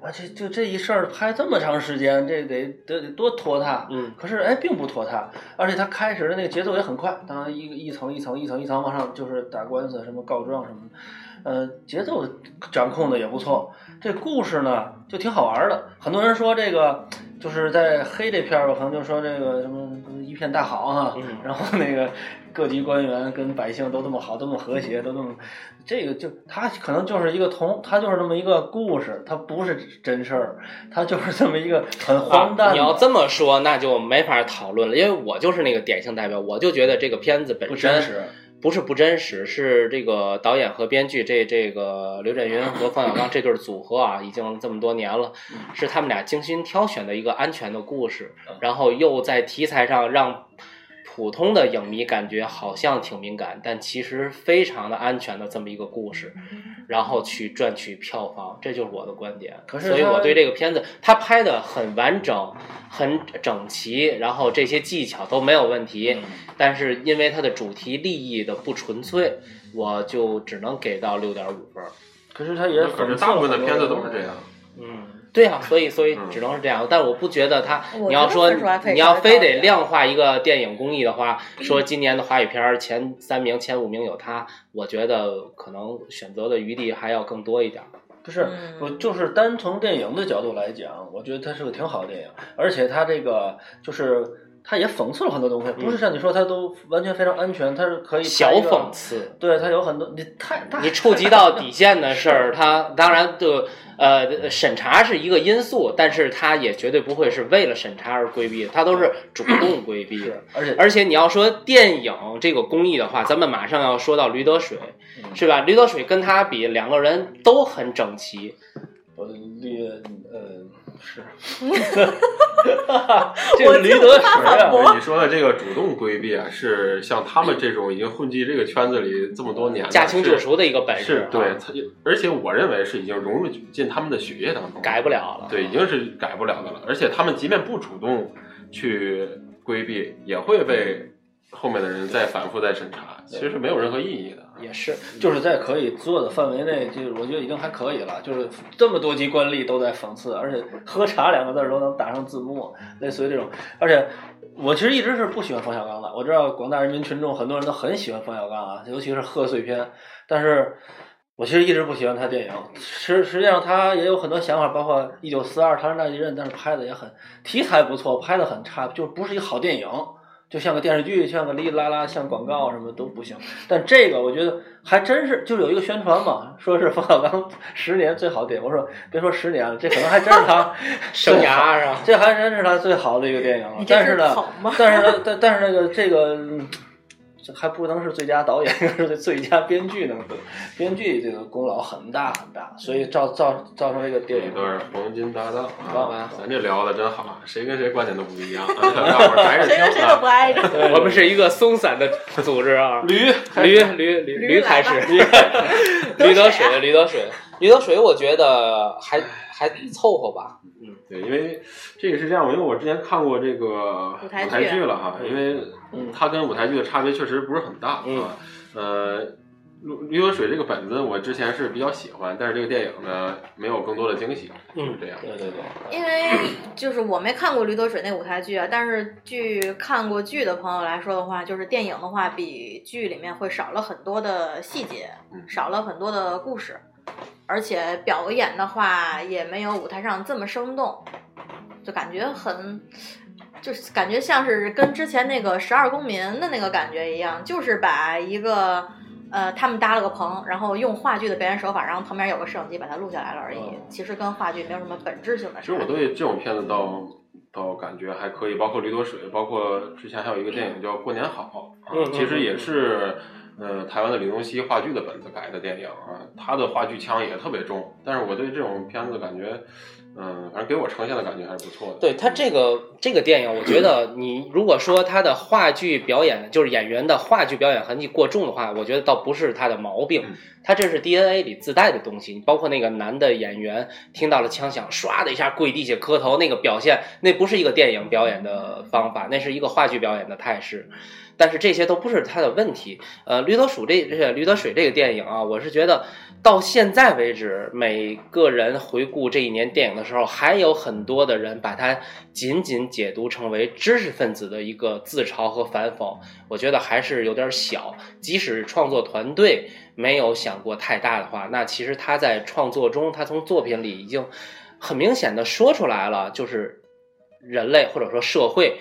Speaker 4: 啊，这就这一事儿拍这么长时间，这得得得多拖沓。
Speaker 1: 嗯，
Speaker 4: 可是哎，并不拖沓，而且他开始的那个节奏也很快，当然一个一层一层一层一层往上，就是打官司什么告状什么的，呃，节奏掌控的也不错。这故事呢就挺好玩儿的，很多人说这个就是在黑这片儿吧，可能就说这个什么一片大好啊，
Speaker 1: 嗯
Speaker 4: 然后那个各级官员跟百姓都这么好，都这么和
Speaker 1: 嗯
Speaker 4: 谐，都这么这个就他可能就是一个童，他就是这么一个故事，他不是真事儿，他就是这么一个很荒诞
Speaker 1: 啊
Speaker 4: 的。
Speaker 1: 你要这么说，那就没法讨论了，因为我就是那个典型代表，我就觉得这个片子本
Speaker 4: 不
Speaker 1: 身
Speaker 4: 真实，
Speaker 1: 不是不真实，是这个导演和编剧这这个刘震云和冯小刚这对组合啊，已经这么多年了，是他们俩精心挑选的一个安全的故事
Speaker 4: 嗯，
Speaker 1: 然后又在题材上让普通的影迷感觉好像挺敏感，但其实非常的安全的这么一个故事，然后去赚取票房，这就是我的观点。
Speaker 4: 嗯可是
Speaker 1: 所以
Speaker 4: 他
Speaker 1: 我对这个片子，他拍的很完整、很整齐，然后这些技巧都没有问题。但是因为它的主题利益的不纯粹，我就只能给到六点五分儿。
Speaker 4: 可是他也讽刺
Speaker 3: 可是大部分的片子都是这样。
Speaker 1: 嗯，对啊，所以所以
Speaker 3: 嗯
Speaker 1: 只能是这样。但我不觉得它，
Speaker 2: 我
Speaker 1: 你
Speaker 2: 觉
Speaker 1: 要
Speaker 2: 得
Speaker 1: 说
Speaker 2: 分数还可以嗯
Speaker 1: 你要
Speaker 2: 稍微
Speaker 1: 非
Speaker 2: 高
Speaker 1: 得
Speaker 2: 一点
Speaker 1: 量化一个电影工艺的话，说今年的华语片儿前三名、前五名有它，我觉得可能选择的余地还要更多一点儿。
Speaker 4: 不是
Speaker 2: 嗯，
Speaker 4: 我就是单从电影的角度来讲，我觉得它是个挺好的电影，而且它这个就是它也讽刺了很多东西，不是像你说它都完全非常安全，它是可以
Speaker 1: 小
Speaker 4: 拍一个
Speaker 1: 讽，刺，
Speaker 4: 对它有很多你太大
Speaker 1: 你触及到底线的事儿，它当然就呃审查是一个因素，但是它也绝对不会是为了审查而规避，它都是主动规避。
Speaker 4: 是，而且
Speaker 1: 而且你要说电影这个工艺的话，咱们马上要说到驴得水，是吧？驴得水跟他比，两个人都很整齐。
Speaker 4: 我略呃 是，
Speaker 1: 这个驴得水
Speaker 2: 反
Speaker 4: 啊，
Speaker 2: 驳
Speaker 3: 你说的这个主动规避啊，是像他们这种已经混迹这个圈子里这么多年了，
Speaker 1: 驾轻就熟的一个本
Speaker 3: 是
Speaker 1: 事
Speaker 3: 是
Speaker 1: 啊，
Speaker 3: 对，他而且我认为是已经融入进他们的血液当中，
Speaker 1: 改不了
Speaker 4: 啊
Speaker 1: 了。
Speaker 3: 对，已经是改不了的了。而且他们即便不主动去规避，也会被后面的人再反复再审查，其实是没有任何意义的。
Speaker 1: 也是，
Speaker 4: 就是在可以做的范围内，就是我觉得已经还可以了。就是这么多级官吏都在讽刺，而且“喝茶”两个字儿都能打上字幕，类似于这种。而且我其实一直是不喜欢冯小刚的，我知道广大人民群众很多人都很喜欢冯小刚啊，尤其是贺岁片，但是。我其实一直不喜欢他电影，实实际上他也有很多想法，包括《一九四二》《唐山大地震》，但是拍的也很题材不错，拍的很差，就不是一个好电影。就像个电视剧，像个哩哩啦啦，像广告什么都不行。但这个我觉得还真是，就是有一个宣传嘛，说是冯小刚 十年最好电影。我说别说十年了，这可能还真是他
Speaker 1: 生涯上
Speaker 4: 这还真是他最好的一个电影了
Speaker 2: 你。这
Speaker 4: 但
Speaker 2: 是
Speaker 4: 是呢
Speaker 2: 捧吗，
Speaker 4: 但是呢，但但是那个这个。嗯这还不能是最佳导演， 是最佳编剧呢。编剧这个功劳很大很大，所以造造造成这个电
Speaker 3: 这一
Speaker 4: 影
Speaker 3: 段黄金搭档
Speaker 4: 好
Speaker 3: 啊
Speaker 4: 吧，
Speaker 3: 咱这聊的真好，啊谁跟谁观点都不一样， 啊大伙儿还是
Speaker 2: 谁跟谁
Speaker 3: 听
Speaker 2: 都
Speaker 3: 啊
Speaker 2: 不。挨着。
Speaker 1: 我们是一个松散的组织啊。
Speaker 4: 驴
Speaker 1: 驴驴驴
Speaker 2: 驴
Speaker 1: 驴开
Speaker 2: 来吧
Speaker 1: 始， 驴得水，驴得水，驴得水，我觉得还还凑合吧。
Speaker 3: 对，因为这个是这样，因为我之前看过这个
Speaker 2: 舞
Speaker 3: 舞
Speaker 2: 台剧
Speaker 3: 台剧了哈，因为
Speaker 4: 嗯
Speaker 3: 它跟舞台剧的差别确实不是很大啊。
Speaker 1: 嗯
Speaker 3: 呃，驴驴得水这个本子我之前是比较喜欢，但是这个电影呢没有更多的惊喜，是
Speaker 1: 嗯，
Speaker 3: 这样。
Speaker 4: 对对对，
Speaker 2: 因为就是我没看过《驴得水》那舞台剧啊，但是据看过剧的朋友来说的话，就是电影的话比剧里面会少了很多的细节，
Speaker 3: 嗯
Speaker 2: 少了很多的故事，而且表演的话也没有舞台上这么生动，就感觉很，就是感觉像是跟之前那个《十二公民》的那个感觉一样，就是把一个。呃，他们搭了个棚，然后用话剧的表演手法，然后旁边有个摄像机把它录下来了而已。
Speaker 4: 哦
Speaker 2: 其实跟话剧没有什么本质性的
Speaker 3: 其
Speaker 2: 差
Speaker 3: 实
Speaker 2: 别。
Speaker 3: 我对这种片子倒倒感觉还可以，包括《驴得水》，包括之前还有一个电影叫《过年好》，啊
Speaker 1: 嗯嗯
Speaker 3: 其实也是呃台湾的李宗熙话剧的本子改的电影啊，他的话剧腔也特别重，但是我对这种片子感觉，嗯、反正给我呈现的感觉还是不错的。
Speaker 1: 对他这个这个电影，我觉得你如果说他的话剧表演，就是演员的话剧表演痕迹过重的话，我觉得倒不是他的毛病
Speaker 3: 嗯，
Speaker 1: 他这是 DNA 里自带的东西。包括那个男的演员听到了枪响，唰的一下跪地下磕头，那个表现，那不是一个电影表演的方法，那是一个话剧表演的态势。但是这些都不是他的问题。呃，《驴得鼠》这这《驴得水》这个电影啊，我是觉得到现在为止，每个人回顾这一年电影的时候，还有很多的人把它仅仅解读成为知识分子的一个自嘲和反讽，我觉得还是有点小。即使创作团队没有想过太大的话，那其实他在创作中，他从作品里已经很明显的说出来了，就是人类或者说社会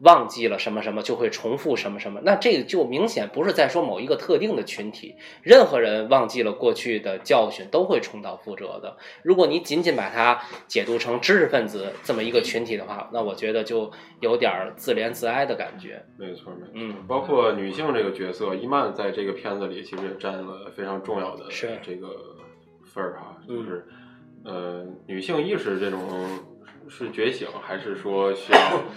Speaker 1: 忘记了什么什么，就会重复什么什么。那这个就明显不是在说某一个特定的群体，任何人忘记了过去的教训都会重蹈覆辙的。如果你仅仅把它解读成知识分子这么一个群体的话，那我觉得就有点儿自怜自哀的感觉。
Speaker 3: 没错，没错。
Speaker 1: 嗯，
Speaker 3: 包括女性这个角色，伊曼在这个片子里其实也占了非常重要的
Speaker 1: 是
Speaker 3: 这个份儿哈，
Speaker 1: 嗯
Speaker 3: 就是呃，女性意识这种是觉醒，还是说需要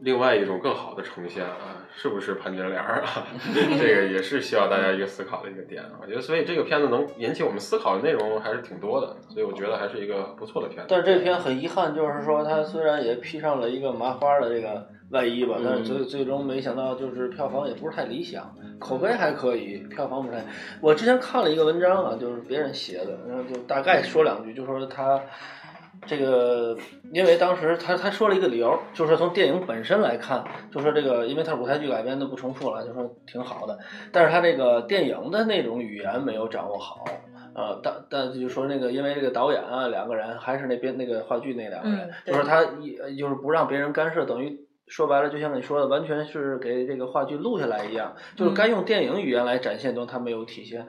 Speaker 3: 另外一种更好的呈现啊？是不是潘金莲儿啊？ 这个也是需要大家一个思考的一个点。啊我觉得，所以这个片子能引起我们思考的内容还是挺多的，所以我觉得还是一个不错的片子。
Speaker 4: 但是这篇很遗憾，就是说它虽然也披上了一个麻花的这个外衣吧，但是最最终没想到就是票房也不是太理想，口碑还可以，票房不太。我之前看了一个文章啊，就是别人写的，然后就大概说两句，就说他。这个，因为当时他他说了一个理由，就是从电影本身来看，就说这个，因为它是舞台剧改编的，不重复了，就说挺好的。但是他这个电影的那种语言没有掌握好，呃，但但就说那个，因为这个导演啊，两个人还是那边那个话剧那两个人，
Speaker 2: 嗯
Speaker 4: 就
Speaker 2: 对
Speaker 4: 是他一就是不让别人干涉，等于说白了，就像你说的，完全是给这个话剧录下来一样，
Speaker 2: 嗯
Speaker 4: 就是该用电影语言来展现的东西，他没有体现。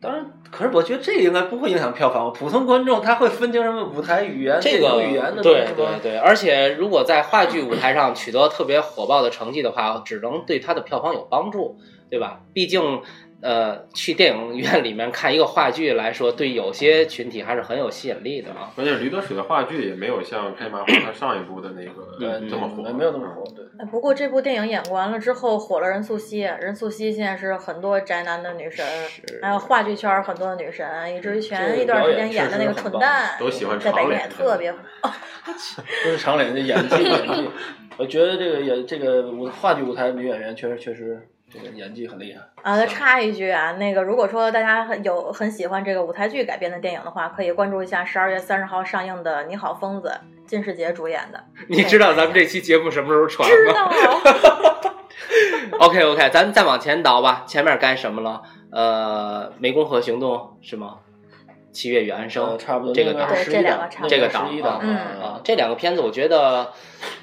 Speaker 4: 当然，可是我觉得这应该不会影响票房。普通观众他会分清什么舞台语言、
Speaker 1: 这
Speaker 4: 电
Speaker 1: 个
Speaker 4: 影语言的东
Speaker 1: 对
Speaker 4: 西吗
Speaker 1: 对？对，而且如果在话剧舞台上取得特别火爆的成绩的话，只能对他的票房有帮助，对吧？毕竟。呃，去电影院里面看一个话剧来说，对有些群体还是很有吸引力的啊。
Speaker 3: 关键驴得水的话剧也没有像开马火它上一部的那个
Speaker 4: 对，
Speaker 3: 这么火，
Speaker 4: 嗯没有那么火。对，
Speaker 2: 哎不过这部电影演完了之后，火了任素汐，任素汐现在是很多宅男的女神，
Speaker 1: 是
Speaker 2: 还有话剧圈很多的女神，以至于
Speaker 4: 这
Speaker 2: 前
Speaker 4: 个
Speaker 2: 一段
Speaker 4: 表
Speaker 2: 时
Speaker 4: 演
Speaker 2: 间演
Speaker 4: 确
Speaker 2: 的
Speaker 4: 实
Speaker 2: 那个
Speaker 4: 很
Speaker 2: 蠢
Speaker 4: 棒
Speaker 2: 蛋，
Speaker 3: 都喜欢
Speaker 2: 在
Speaker 3: 长
Speaker 2: 北京
Speaker 3: 脸
Speaker 2: 也特别火。
Speaker 4: 不是长脸，这演技演技，我觉得这个演这个舞话剧舞台女演员确实确实这个演技很厉害。
Speaker 2: 啊，再插一句啊，那个如果说大家很有很喜欢这个舞台剧改编的电影的话，可以关注一下十二月三十号上映的《你好，疯子》，金世杰主演的。
Speaker 1: 你知道咱们这期节目什么时候传
Speaker 2: 知
Speaker 1: 吗？
Speaker 2: 道啊，
Speaker 1: OK OK，咱们再往前倒吧，前面该什么了？呃，湄公河行动是吗？七月与安生、
Speaker 4: 呃，差不多
Speaker 1: 这个
Speaker 4: 那
Speaker 1: 档
Speaker 4: 是
Speaker 2: 对这
Speaker 4: 11
Speaker 2: 两
Speaker 4: 档
Speaker 2: 个差
Speaker 1: 多
Speaker 2: 不
Speaker 4: 那是11档
Speaker 2: 嗯
Speaker 1: 啊
Speaker 4: 啊，，
Speaker 1: 这两个片子我觉得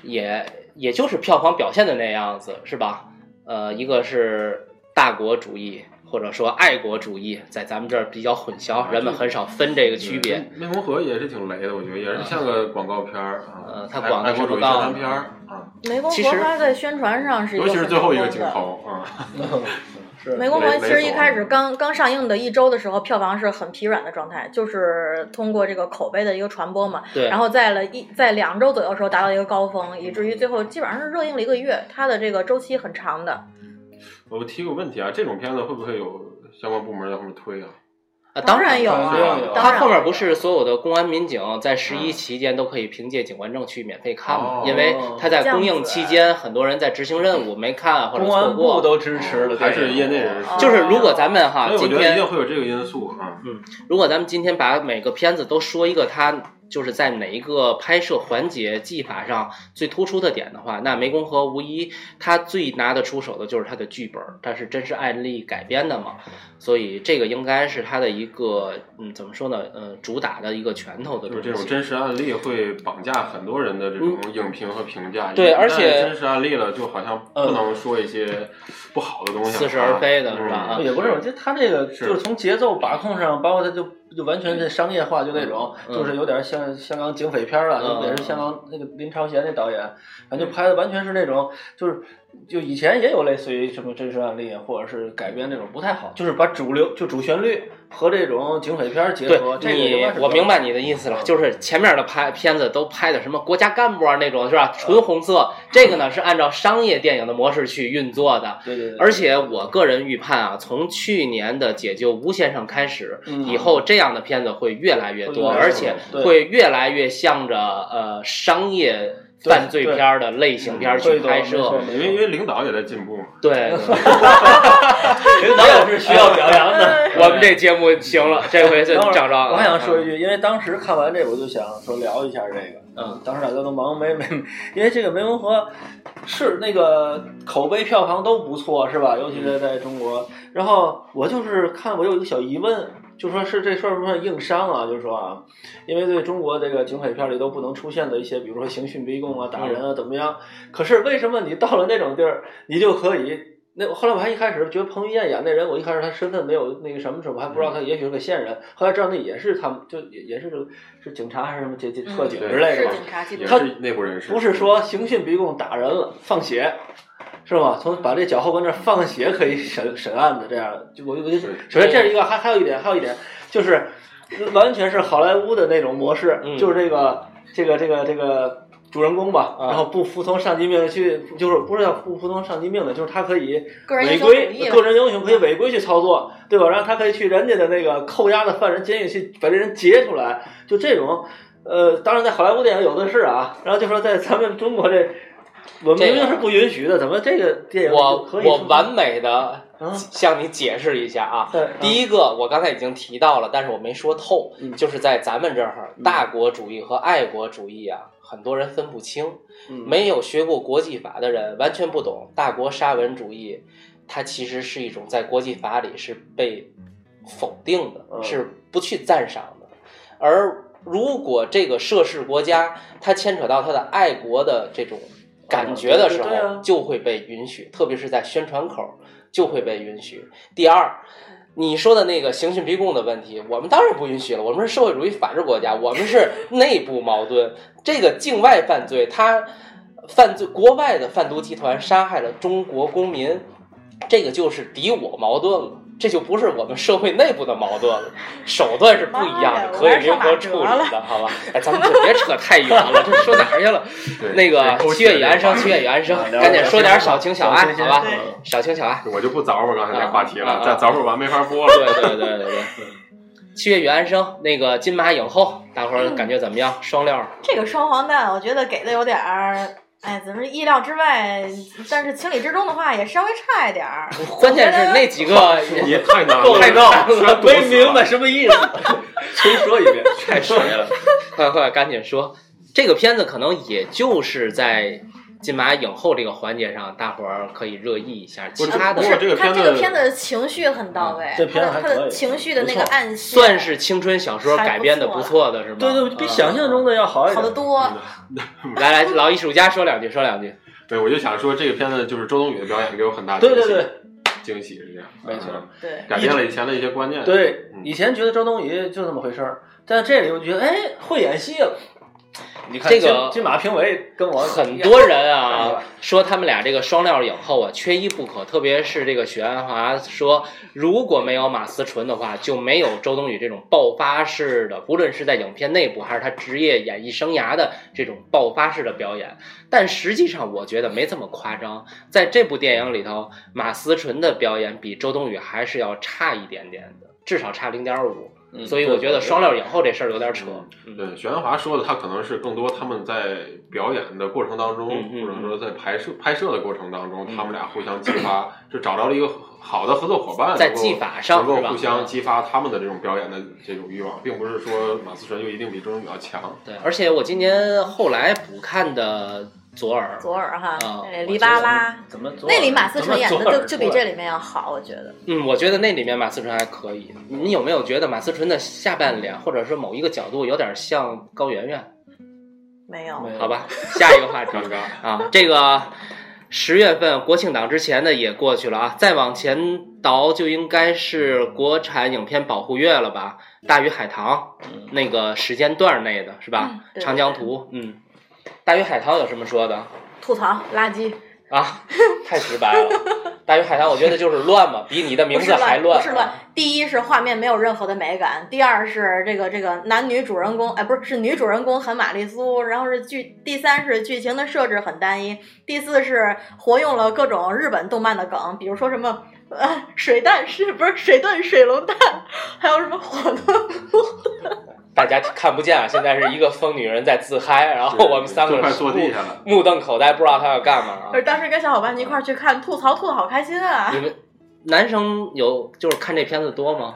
Speaker 1: 也也就是票房表现的那样子，是吧？呃，一个是大国主义或者说爱国主义，在咱们这儿比较混淆，人们很少分这个区
Speaker 2: 嗯
Speaker 1: 别。嗯
Speaker 3: 内蒙河也是挺雷的，我觉得也是像个广告片儿
Speaker 1: 呃
Speaker 3: 啊，
Speaker 1: 它
Speaker 3: 爱
Speaker 1: 广的
Speaker 3: 爱国
Speaker 1: 是
Speaker 3: 主义
Speaker 1: 广告
Speaker 3: 宣传片儿啊，
Speaker 2: 湄公
Speaker 1: 其
Speaker 2: 河
Speaker 1: 实
Speaker 2: 它在宣传上
Speaker 4: 嗯
Speaker 2: 是一
Speaker 3: 尤
Speaker 2: 个
Speaker 3: 其是
Speaker 2: 很
Speaker 3: 最后一
Speaker 2: 成
Speaker 3: 个
Speaker 2: 功
Speaker 3: 镜
Speaker 2: 的
Speaker 3: 头啊，
Speaker 2: 嗯
Speaker 4: 是
Speaker 2: 湄公河
Speaker 3: 雷
Speaker 2: 其实
Speaker 3: 雷
Speaker 2: 一
Speaker 4: 啊
Speaker 3: 总
Speaker 2: 开始刚刚上映的一周的时候，票房是很疲软的状态，就是通过这个口碑的一个传播嘛。
Speaker 1: 对，
Speaker 2: 然后在了一在两周左右的时候达到一个高峰，以至于最后基本上是热映了一个月，它的这个周期很长的。
Speaker 3: 我提个问题啊，这种片子会不会有相关部门在后面推啊？
Speaker 1: 啊，
Speaker 2: 当
Speaker 1: 然
Speaker 2: 然有
Speaker 4: 肯定
Speaker 2: 啊
Speaker 4: 有，
Speaker 2: 当
Speaker 1: 他
Speaker 2: 然
Speaker 1: 后面
Speaker 2: 有嗯
Speaker 1: 不是所有的公安民警在十一期间都可以凭借警官证去免费看吗
Speaker 3: 哦？
Speaker 1: 因为他在公映期
Speaker 2: 这
Speaker 1: 间，很多人在执行任务没看或者
Speaker 4: 公
Speaker 1: 错
Speaker 4: 安部
Speaker 1: 过。
Speaker 4: 都支持了，
Speaker 3: 还是业内人士啊
Speaker 2: 哦
Speaker 1: 就是如果咱们哈，
Speaker 3: 所以我
Speaker 1: 今
Speaker 3: 觉得一
Speaker 1: 天
Speaker 3: 定会有这个因素啊。
Speaker 1: 如果咱们今天把每个片子都说一个它就是在哪一个拍摄环节技法上最突出的点的话，那《湄公河》无疑它最拿得出手的就是它的剧本，它是真实案例改编的嘛，所以这个应该是它的一个嗯怎么说呢呃主打的一个拳头的
Speaker 3: 就是
Speaker 1: 东
Speaker 3: 这种
Speaker 1: 西。
Speaker 3: 真实案例会绑架很多人的这种影评和评价。
Speaker 1: 嗯对
Speaker 3: 一旦
Speaker 1: 而且呃
Speaker 3: 真实案例了，就好像不能说一些不好的东西了啊，
Speaker 1: 似是而非的是吧啊
Speaker 3: 嗯
Speaker 4: 也不是，我觉得他这个
Speaker 3: 是
Speaker 4: 就是从节奏把控上，包括他就就完全这商业化，就那种，
Speaker 1: 嗯
Speaker 4: 就是有点像香港警匪片儿了，
Speaker 1: 嗯
Speaker 4: 就也是香港那个林超贤那导演，反正就拍的完全是那种，就是就以前也有类似于什么真实案例或者是改编那种不太好，就是把主流就主旋律和这种警匪片儿结
Speaker 1: 对
Speaker 4: 合。这个应该
Speaker 1: 你
Speaker 4: 是比，较
Speaker 1: 我明白你的意思了，就是前面的拍片子都拍的什么国家干部啊那种是吧，纯红色，这个呢是按照商业电影的模式去运作的，
Speaker 4: 对对对，
Speaker 1: 而且我个人预判啊，从去年的《解救吴先生》开始，
Speaker 4: 嗯
Speaker 1: 以后这样的片子会越来越多，
Speaker 4: 会越来越多
Speaker 1: 而且
Speaker 4: 对
Speaker 1: 会越来越向着呃商业犯罪片儿的类型片儿去
Speaker 4: 对对嗯
Speaker 1: 拍
Speaker 4: 没
Speaker 1: 摄
Speaker 4: 错。
Speaker 3: 因 为因为领导也在进步嘛。
Speaker 1: 对，
Speaker 4: 领导也是需要表扬
Speaker 2: 呃
Speaker 4: 的。
Speaker 1: 我们这节目行了，嗯这回就
Speaker 4: 等会儿
Speaker 1: 找着。
Speaker 4: 我还想说一句，因为当时看完这，我就想说聊一下这个。
Speaker 1: 嗯，
Speaker 4: 当时大家都忙没没，因为这个《湄公河》是那个口碑票房都不错，是吧？尤其是在中国。然后我就是看，我有一个小疑问，就说是这事儿不算硬伤啊？就说啊，因为对中国这个警匪片里都不能出现的一些，比如说刑讯逼供啊、打人
Speaker 2: 嗯
Speaker 4: 啊，怎么样？可是为什么你到了那种地儿，你就可以那后来我还一开始觉得彭于晏演那人，我一开始他身份没有那个什么时候，我还不知
Speaker 2: 嗯
Speaker 4: 道他也许是个线人，后来知道那也是他们，就也也是是警察还是什么警警特警
Speaker 3: 嗯
Speaker 4: 之类的
Speaker 2: 是
Speaker 4: 吧，
Speaker 2: 警察，基
Speaker 3: 也
Speaker 2: 本
Speaker 4: 他
Speaker 2: 上
Speaker 3: 是内部人士，
Speaker 4: 不是说刑讯逼供打人了放血，是吧？从把这脚后跟那儿放血可以审审案的这样，就我就我就首先这是一个，还还有一点，还有一点就是完全是好莱坞的那种模式，
Speaker 1: 嗯
Speaker 4: 就是这个这个这个这个主人公吧，
Speaker 1: 啊
Speaker 4: 然后不服从上级命令去，就是不是叫不服从上级命令，就是他可以。
Speaker 2: 个人
Speaker 4: 违
Speaker 2: 英雄主
Speaker 4: 规
Speaker 2: 义，
Speaker 4: 个人英雄
Speaker 1: 嗯
Speaker 4: 可以违规去操作，对吧？然后他可以去人家的那个扣押的犯人监狱去把这人截出来，就这种，呃，当然在好莱坞电影有的是啊。然后就说在咱们中国这，我们
Speaker 1: 这个
Speaker 4: 明明是不允许的，怎么这个电影就
Speaker 1: 我
Speaker 4: 可以
Speaker 1: 我
Speaker 4: 出现
Speaker 1: 完美的
Speaker 4: 嗯
Speaker 1: 向你解释一下啊。
Speaker 4: 对
Speaker 1: 第一个，我刚才已经提到了，但是我没说透，
Speaker 4: 嗯
Speaker 1: 就是在咱们这儿，
Speaker 4: 嗯
Speaker 1: 大国主义和爱国主义啊，很多人分不清。
Speaker 4: 嗯
Speaker 1: 没有学过国际法的人完全不懂大国沙文主义，它其实是一种在国际法里是被否定的，
Speaker 4: 嗯
Speaker 1: 是不去赞赏的。而如果这个涉事国家它牵扯到它的爱国的这种感觉的时
Speaker 4: 嗯对对对
Speaker 1: 候，
Speaker 4: 啊
Speaker 1: 就会被允许，特别是在宣传口就会被允许。第二。你说的那个刑讯逼供的问题，我们当然不允许了。我们是社会主义法治国家，我们是内部矛盾。这个境外犯罪，它犯罪国外的贩毒集团杀害了中国公民，这个就是敌我矛盾了。这就不是我们社会内部的矛盾了，手段是不一样的，
Speaker 2: 妈呀
Speaker 1: 可以灵活处
Speaker 2: 我还
Speaker 1: 理
Speaker 2: 上
Speaker 1: 的，好吧？哎，咱们就别扯太远了，这说哪儿去了？
Speaker 3: 对
Speaker 1: 那个
Speaker 3: 勾
Speaker 1: 七
Speaker 3: 起了
Speaker 1: 月与安生，七月与安生，赶紧说点小情小爱，好吧？嗯
Speaker 2: 对
Speaker 1: 小情小爱。
Speaker 3: 我就不凿吧刚才那话题
Speaker 1: 啊啊
Speaker 3: 了，
Speaker 1: 啊
Speaker 3: 再凿吧完没法播
Speaker 1: 对
Speaker 3: 了。
Speaker 1: 对对对对。七月与安生，那个金马影后，大伙儿感觉怎么样？双料儿，
Speaker 2: 这个双黄蛋，我觉得给的有点儿。哎，怎么说意料之外？但是情理之中的话，也稍微差一点儿。
Speaker 1: 关键是那几个
Speaker 3: 你 也太难了，
Speaker 1: 太高了
Speaker 3: 虽然多
Speaker 4: 没
Speaker 3: 死了
Speaker 4: 明白什么 意思，重说一遍，
Speaker 1: 太水 了，快快赶紧说！这个片子可能也就是在金马影后这个环节上，大伙儿可以热议一下，其
Speaker 3: 不是
Speaker 1: 他
Speaker 2: 不
Speaker 1: 的
Speaker 3: 不
Speaker 2: 是
Speaker 3: 过这个
Speaker 2: 他
Speaker 3: 片
Speaker 2: 这个
Speaker 3: 子
Speaker 2: 片子的情绪很到位，
Speaker 4: 嗯这片子还
Speaker 2: 他
Speaker 4: 可以
Speaker 2: 的情绪的那个
Speaker 4: 不错
Speaker 2: 暗线
Speaker 1: 算是青春小说改编的不错的是吗？
Speaker 4: 对对，比想象中的要好一
Speaker 2: 好得。
Speaker 4: 点
Speaker 2: 多。
Speaker 4: 嗯
Speaker 1: 啊来来，老艺术家说两句，说两句。
Speaker 3: 对，我就想说这个片子就是周冬雨的表演给我很大惊喜，
Speaker 4: 对
Speaker 1: 嗯
Speaker 4: 对对
Speaker 3: 惊喜是这样，
Speaker 4: 没错
Speaker 3: 嗯，
Speaker 2: 对，
Speaker 3: 改变了以前的一些观 念。，
Speaker 4: 对
Speaker 3: 嗯，
Speaker 4: 以前觉得周冬雨就那么回事儿，但这里我觉得哎会演戏了。你看
Speaker 1: 这个
Speaker 4: 金金马评委跟我
Speaker 1: 很多人
Speaker 4: 哎
Speaker 1: 啊
Speaker 4: 呀
Speaker 1: 说他们俩这个双料影后啊缺一不可，特别是这个许鞍华说，如果没有马思纯的话，就没有周冬雨这种爆发式的，不论是在影片内部还是她职业演艺生涯的这种爆发式的表演。但实际上，我觉得没这么夸张。在这部电影里头，马思纯的表演比周冬雨还是要差一点点的，至少差零点五。
Speaker 4: 嗯
Speaker 1: 所以我觉得双料影后这事儿有点扯。嗯
Speaker 3: 对，许鞍华说的，他可能是更多他们在表演的过程当中，
Speaker 1: 嗯嗯
Speaker 3: 或者说在拍摄拍摄的过程当中，
Speaker 1: 嗯
Speaker 3: 他们俩互相激发，就找到了一个好的合作伙伴，
Speaker 1: 在
Speaker 3: 能够
Speaker 1: 技法上
Speaker 3: 能
Speaker 1: 是
Speaker 3: 够
Speaker 1: 吧嗯
Speaker 3: 互相激发他们的这种表演的这种欲望，并不是说马思纯就一定比周冬雨要强。
Speaker 1: 对，而且我今年后来补看的左耳，
Speaker 2: 左耳哈
Speaker 1: 啊，
Speaker 2: 那里黎巴拉，
Speaker 4: 嗯怎么左耳
Speaker 2: 那里马思纯演
Speaker 4: 怎
Speaker 2: 的
Speaker 4: 么左
Speaker 2: 就
Speaker 4: 耳
Speaker 2: 就比
Speaker 4: 出来
Speaker 2: 这里面要好，我觉得。
Speaker 1: 嗯，我觉得那里面马思纯还可以。你有没有觉得马思纯的下半脸，或者是某一个角度，有点像高圆圆？
Speaker 2: 没有，
Speaker 4: 没有
Speaker 1: 好吧，下一个话题
Speaker 3: 尴尬，
Speaker 1: 啊，这个十月份国庆档之前的也过去了啊，再往前倒就应该是国产影片保护月了吧，《大鱼海棠》
Speaker 4: 嗯
Speaker 1: 那个时间段内的是吧？
Speaker 2: 嗯对
Speaker 1: 长江图》嗯，《大鱼海棠》有什么说的？
Speaker 2: 吐槽垃圾，
Speaker 1: 啊，太直白了。大鱼海棠，我觉得就是乱嘛，比你的名
Speaker 2: 不是
Speaker 1: 字还
Speaker 2: 乱，不是
Speaker 1: 乱啊
Speaker 2: 乱。第一是画面没有任何的美感，第二是这个这个男女主人公，哎，不是是女主人公很玛丽苏，然后是剧，第三是剧情的设置很单一，第四是活用了各种日本动漫的梗，比如说什么。呃，水蛋是不是水遁、水龙蛋，还有什么火遁？
Speaker 1: 大家看不见啊，现在是一个疯女人在自嗨，然后我们三个
Speaker 3: 就
Speaker 1: 人
Speaker 3: 快坐地下了。
Speaker 1: 目瞪口呆，不知道她要干嘛啊
Speaker 2: 就是。当时跟小伙伴一块儿去看，吐槽吐的好开心啊！
Speaker 1: 你们男生有就是看这片子多吗？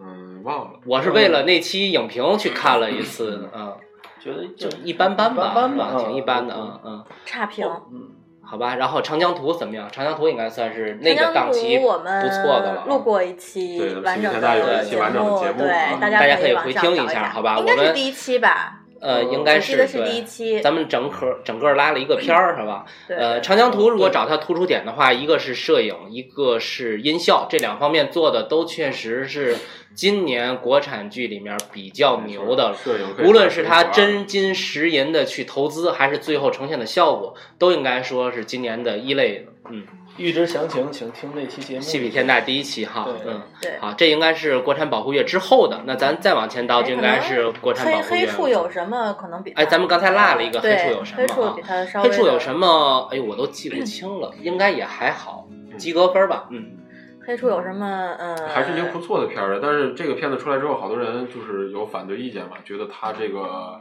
Speaker 3: 嗯，忘了。
Speaker 1: 我是为了那期影评去看了一次，嗯，
Speaker 4: 觉得
Speaker 1: 就
Speaker 4: 就
Speaker 1: 一般般吧，
Speaker 4: 一般般吧
Speaker 1: 啊挺一般的，
Speaker 4: 嗯
Speaker 1: 嗯嗯。
Speaker 2: 差评。
Speaker 4: 嗯
Speaker 1: 好吧，然后长江图怎么样？长江图应该算是那
Speaker 2: 长
Speaker 1: 个
Speaker 2: 江
Speaker 1: 档期
Speaker 2: 图我
Speaker 1: 不
Speaker 2: 们
Speaker 1: 错的了啊。
Speaker 2: 录过一期
Speaker 3: 对
Speaker 2: 完整
Speaker 3: 现在有
Speaker 1: 一期
Speaker 2: 节
Speaker 1: 完
Speaker 3: 整的节目
Speaker 2: 对，
Speaker 3: 嗯
Speaker 2: 大家
Speaker 1: 大家
Speaker 2: 可
Speaker 1: 可以
Speaker 2: 往
Speaker 1: 回
Speaker 2: 上
Speaker 1: 听一
Speaker 2: 找
Speaker 1: 下
Speaker 2: 下，
Speaker 1: 好吧
Speaker 2: 应
Speaker 1: 我
Speaker 2: 该是
Speaker 1: 们
Speaker 2: 第一期吧，
Speaker 1: 呃，应该
Speaker 2: 我记得是第
Speaker 1: 对。
Speaker 2: 一期。
Speaker 1: 咱们整个整个拉了一个片儿是吧？
Speaker 2: 嗯对
Speaker 1: 呃，长江图如果找它突出点的话，一个是摄影，一个是音效，这两方面做的都确实是今年国产剧里面比较牛的。
Speaker 3: 摄影可以
Speaker 1: 无论是
Speaker 3: 算
Speaker 1: 它
Speaker 3: 一个
Speaker 1: 真金实银的去投资，还是最后呈现的效果，都应该说是今年的一类。嗯，
Speaker 4: 预知详情，请听那期节目。
Speaker 1: 戏比天大第一期哈
Speaker 4: 对，
Speaker 1: 嗯，
Speaker 2: 对，
Speaker 1: 好，这应该是国产保护月之后的。那咱再往前倒，
Speaker 2: 哎
Speaker 1: 就应该是国产保
Speaker 2: 黑
Speaker 1: 护月
Speaker 2: 黑
Speaker 1: 了。
Speaker 2: 处有什么可能比它？
Speaker 1: 哎咱们刚才落了一个黑处有什么啊
Speaker 2: 对黑处比它稍微
Speaker 1: 黑
Speaker 2: 的
Speaker 1: 处有什么？哎呦，我都记不清了，应该也还好，及格分儿吧。嗯，
Speaker 2: 黑处有什么？呃，
Speaker 3: 还是一个不错的片儿，但是这个片子出来之后，好多人就是有反对意见嘛，觉得他这个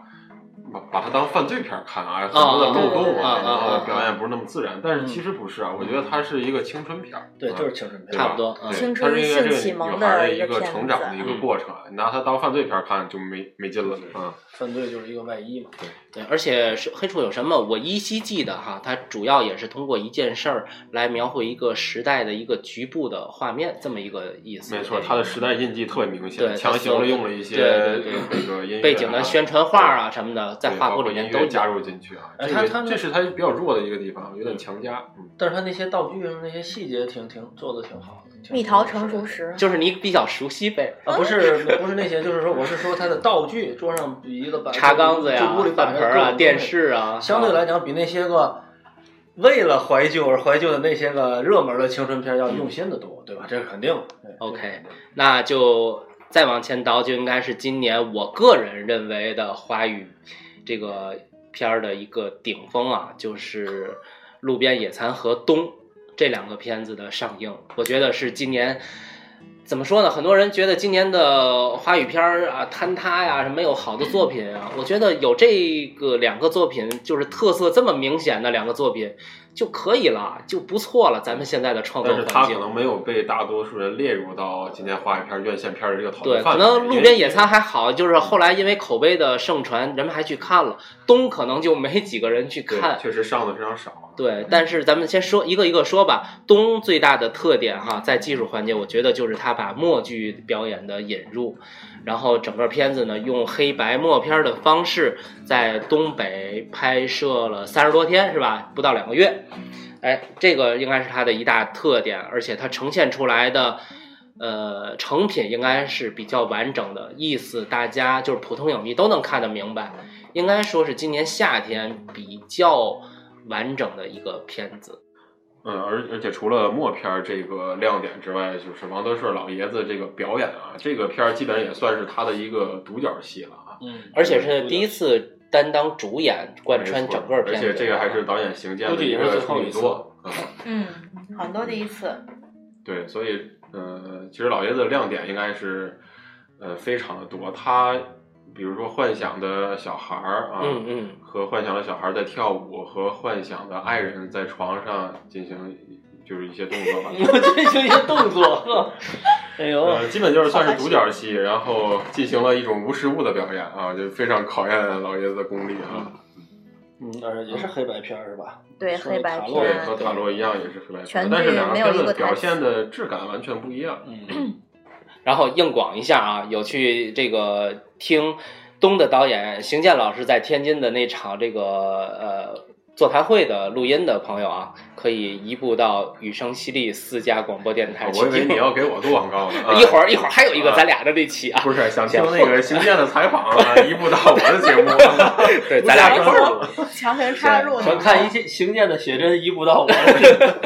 Speaker 3: 把把它当犯罪片儿看啊，很多的漏洞
Speaker 1: 啊
Speaker 3: 啊，
Speaker 1: 啊
Speaker 3: 然
Speaker 1: 啊啊
Speaker 3: 后表演不是那么自然。但
Speaker 1: 嗯
Speaker 3: 是其实不是啊，我觉得它是一个青春片儿，
Speaker 4: 对，
Speaker 3: 啊
Speaker 4: 就是青春片
Speaker 3: 对。
Speaker 1: 差
Speaker 3: 吧
Speaker 1: 不多。嗯，
Speaker 2: 青
Speaker 3: 对，
Speaker 2: 春
Speaker 3: 它是一个这
Speaker 2: 性启
Speaker 3: 个
Speaker 2: 蒙
Speaker 3: 女
Speaker 2: 的
Speaker 3: 孩的
Speaker 2: 一个
Speaker 3: 个
Speaker 2: 片
Speaker 3: 成
Speaker 2: 子
Speaker 3: 长的一个
Speaker 1: 嗯
Speaker 3: 过程，拿它当犯罪片儿看就没没劲了，嗯。
Speaker 4: 犯罪就是一个外衣嘛。
Speaker 1: 对，而且是黑处有什么？我依稀记得哈，它主要也是通过一件事儿来描绘一个时代的一个局部的画面，这么一个意思。
Speaker 3: 没错，
Speaker 1: 对
Speaker 3: 它的时代印记特别明
Speaker 1: 对
Speaker 3: 显，强行的用了一些
Speaker 1: 对对对
Speaker 3: 那个音乐啊
Speaker 1: 背景的宣传画啊什么的，在
Speaker 3: 对
Speaker 1: 画
Speaker 3: 包
Speaker 1: 布
Speaker 3: 括
Speaker 1: 里面
Speaker 3: 音
Speaker 1: 都
Speaker 3: 乐
Speaker 1: 有呃
Speaker 3: 加。入进去啊，
Speaker 4: 哎
Speaker 3: 这
Speaker 4: 它
Speaker 3: 个
Speaker 4: 它
Speaker 3: 这是它比较弱的一个地方，有点强加，嗯。
Speaker 4: 但是他那些道具什么那些细节挺挺做的挺好的。挺
Speaker 2: 蜜桃成熟时，
Speaker 1: 就是你比较熟悉呗，
Speaker 4: 啊，不是不是那些，就是说我是说他的道具，桌上一个板
Speaker 1: 茶缸子呀
Speaker 4: 就屋里、
Speaker 1: 饭
Speaker 4: 摆
Speaker 1: 盆
Speaker 4: 着
Speaker 1: 儿
Speaker 4: 各
Speaker 1: 啊、
Speaker 4: 种
Speaker 1: 电
Speaker 4: 东西
Speaker 1: 视啊，
Speaker 4: 相对来讲，比那些个为了怀旧而怀旧的那些个热门的青春片要用心的多，对吧？这是肯定的。对
Speaker 1: OK 那就再往前倒，就应该是今年我个人认为的华语这个片儿的一个顶峰啊，就是《路边野餐》和《冬》这两个片子的上映，我觉得是今年。怎么说呢？很多人觉得今年的华语片儿啊坍塌呀，是没有好的作品啊。我觉得有这个两个作品，就是特色这么明显的两个作品就可以了，就不错了。咱们现在的创作
Speaker 3: 但
Speaker 1: 环
Speaker 3: 是
Speaker 1: 境，
Speaker 3: 它可能没有被大多数人列入到今天华语片院线片的这个讨
Speaker 1: 对，
Speaker 3: 论范
Speaker 1: 可
Speaker 3: 围。
Speaker 1: 能路
Speaker 3: 因
Speaker 1: 边
Speaker 3: 为
Speaker 1: 野餐还好，就是后来因为口碑的盛传，人们还去看了。东可能就没几个人去
Speaker 3: 对
Speaker 1: 看。
Speaker 3: 确实上的非常少。
Speaker 1: 对，但是咱们先说一个一个说吧。东最大的特点哈，在技术环节，我觉得就是他把默剧表演的引入，然后整个片子呢用黑白默片的方式，在东北拍摄了三十多天，是吧？不到两个月。哎，这个应该是它的一大特点，而且它呈现出来的，呃，成品应该是比较完整的，意思大家就是普通影迷都能看得明白，应该说是今年夏天比较完整的一个片子。
Speaker 3: 嗯，而而且除了默片儿这个亮点之外，就是王德顺老爷子这个表演啊，这个片儿基本上也算是他的一个独角戏了啊。
Speaker 4: 嗯，
Speaker 1: 而且是 第一次担当主演，贯穿整个
Speaker 3: 而
Speaker 1: 片子。啊
Speaker 3: 且这个还是导演行健
Speaker 4: 估
Speaker 3: 的
Speaker 4: 计
Speaker 3: 一
Speaker 4: 也是
Speaker 3: 个
Speaker 4: 最后
Speaker 3: 处
Speaker 4: 一
Speaker 3: 女
Speaker 4: 次
Speaker 3: 作。嗯，
Speaker 2: 嗯，很多第一次。
Speaker 3: 对，所以呃，其实老爷子的亮点应该是呃非常的多。他比如说幻想的小孩儿啊，
Speaker 1: 嗯嗯，
Speaker 3: 和幻想的小孩在跳舞，和幻想的爱人在床上进行就是一些动作吧。
Speaker 4: 我这就一个动作，呵哎呦，
Speaker 3: 呃，基本就是算是独角戏，然后进行了一种无实物的表演啊，就非常考验老爷子的功力啊。
Speaker 4: 嗯，而且也是黑白片儿是吧？
Speaker 2: 对
Speaker 4: 说
Speaker 2: 黑白
Speaker 4: 塔
Speaker 2: 片
Speaker 4: 洛
Speaker 3: 对，
Speaker 4: 也
Speaker 3: 和
Speaker 2: 儿，
Speaker 3: 塔罗一样也是黑白
Speaker 2: 全
Speaker 3: 片，但是
Speaker 2: 剧
Speaker 3: 两个
Speaker 2: 没有
Speaker 3: 片
Speaker 2: 一
Speaker 3: 子
Speaker 2: 个
Speaker 3: 表
Speaker 2: 台词
Speaker 3: 现的质感完全不一样。
Speaker 4: 嗯，
Speaker 1: 然后硬广一下啊，有去这个听东的导演邢健老师在天津的那场这个呃座谈会的录音的朋友啊，可以移步到雨声淅沥四家广播电台去
Speaker 3: 啊哦我以为
Speaker 1: 听。
Speaker 3: 你要给我做广告呢
Speaker 1: ，一会儿一会
Speaker 3: 儿。
Speaker 1: 儿还有一个
Speaker 3: 啊
Speaker 1: 咱俩的那期 啊，
Speaker 3: 不是想听那个邢健的采访啊，一步到我的节目，
Speaker 1: 对，咱俩一会儿。
Speaker 2: 强行插入呢，
Speaker 4: 全看一些行健的写真移不到我了。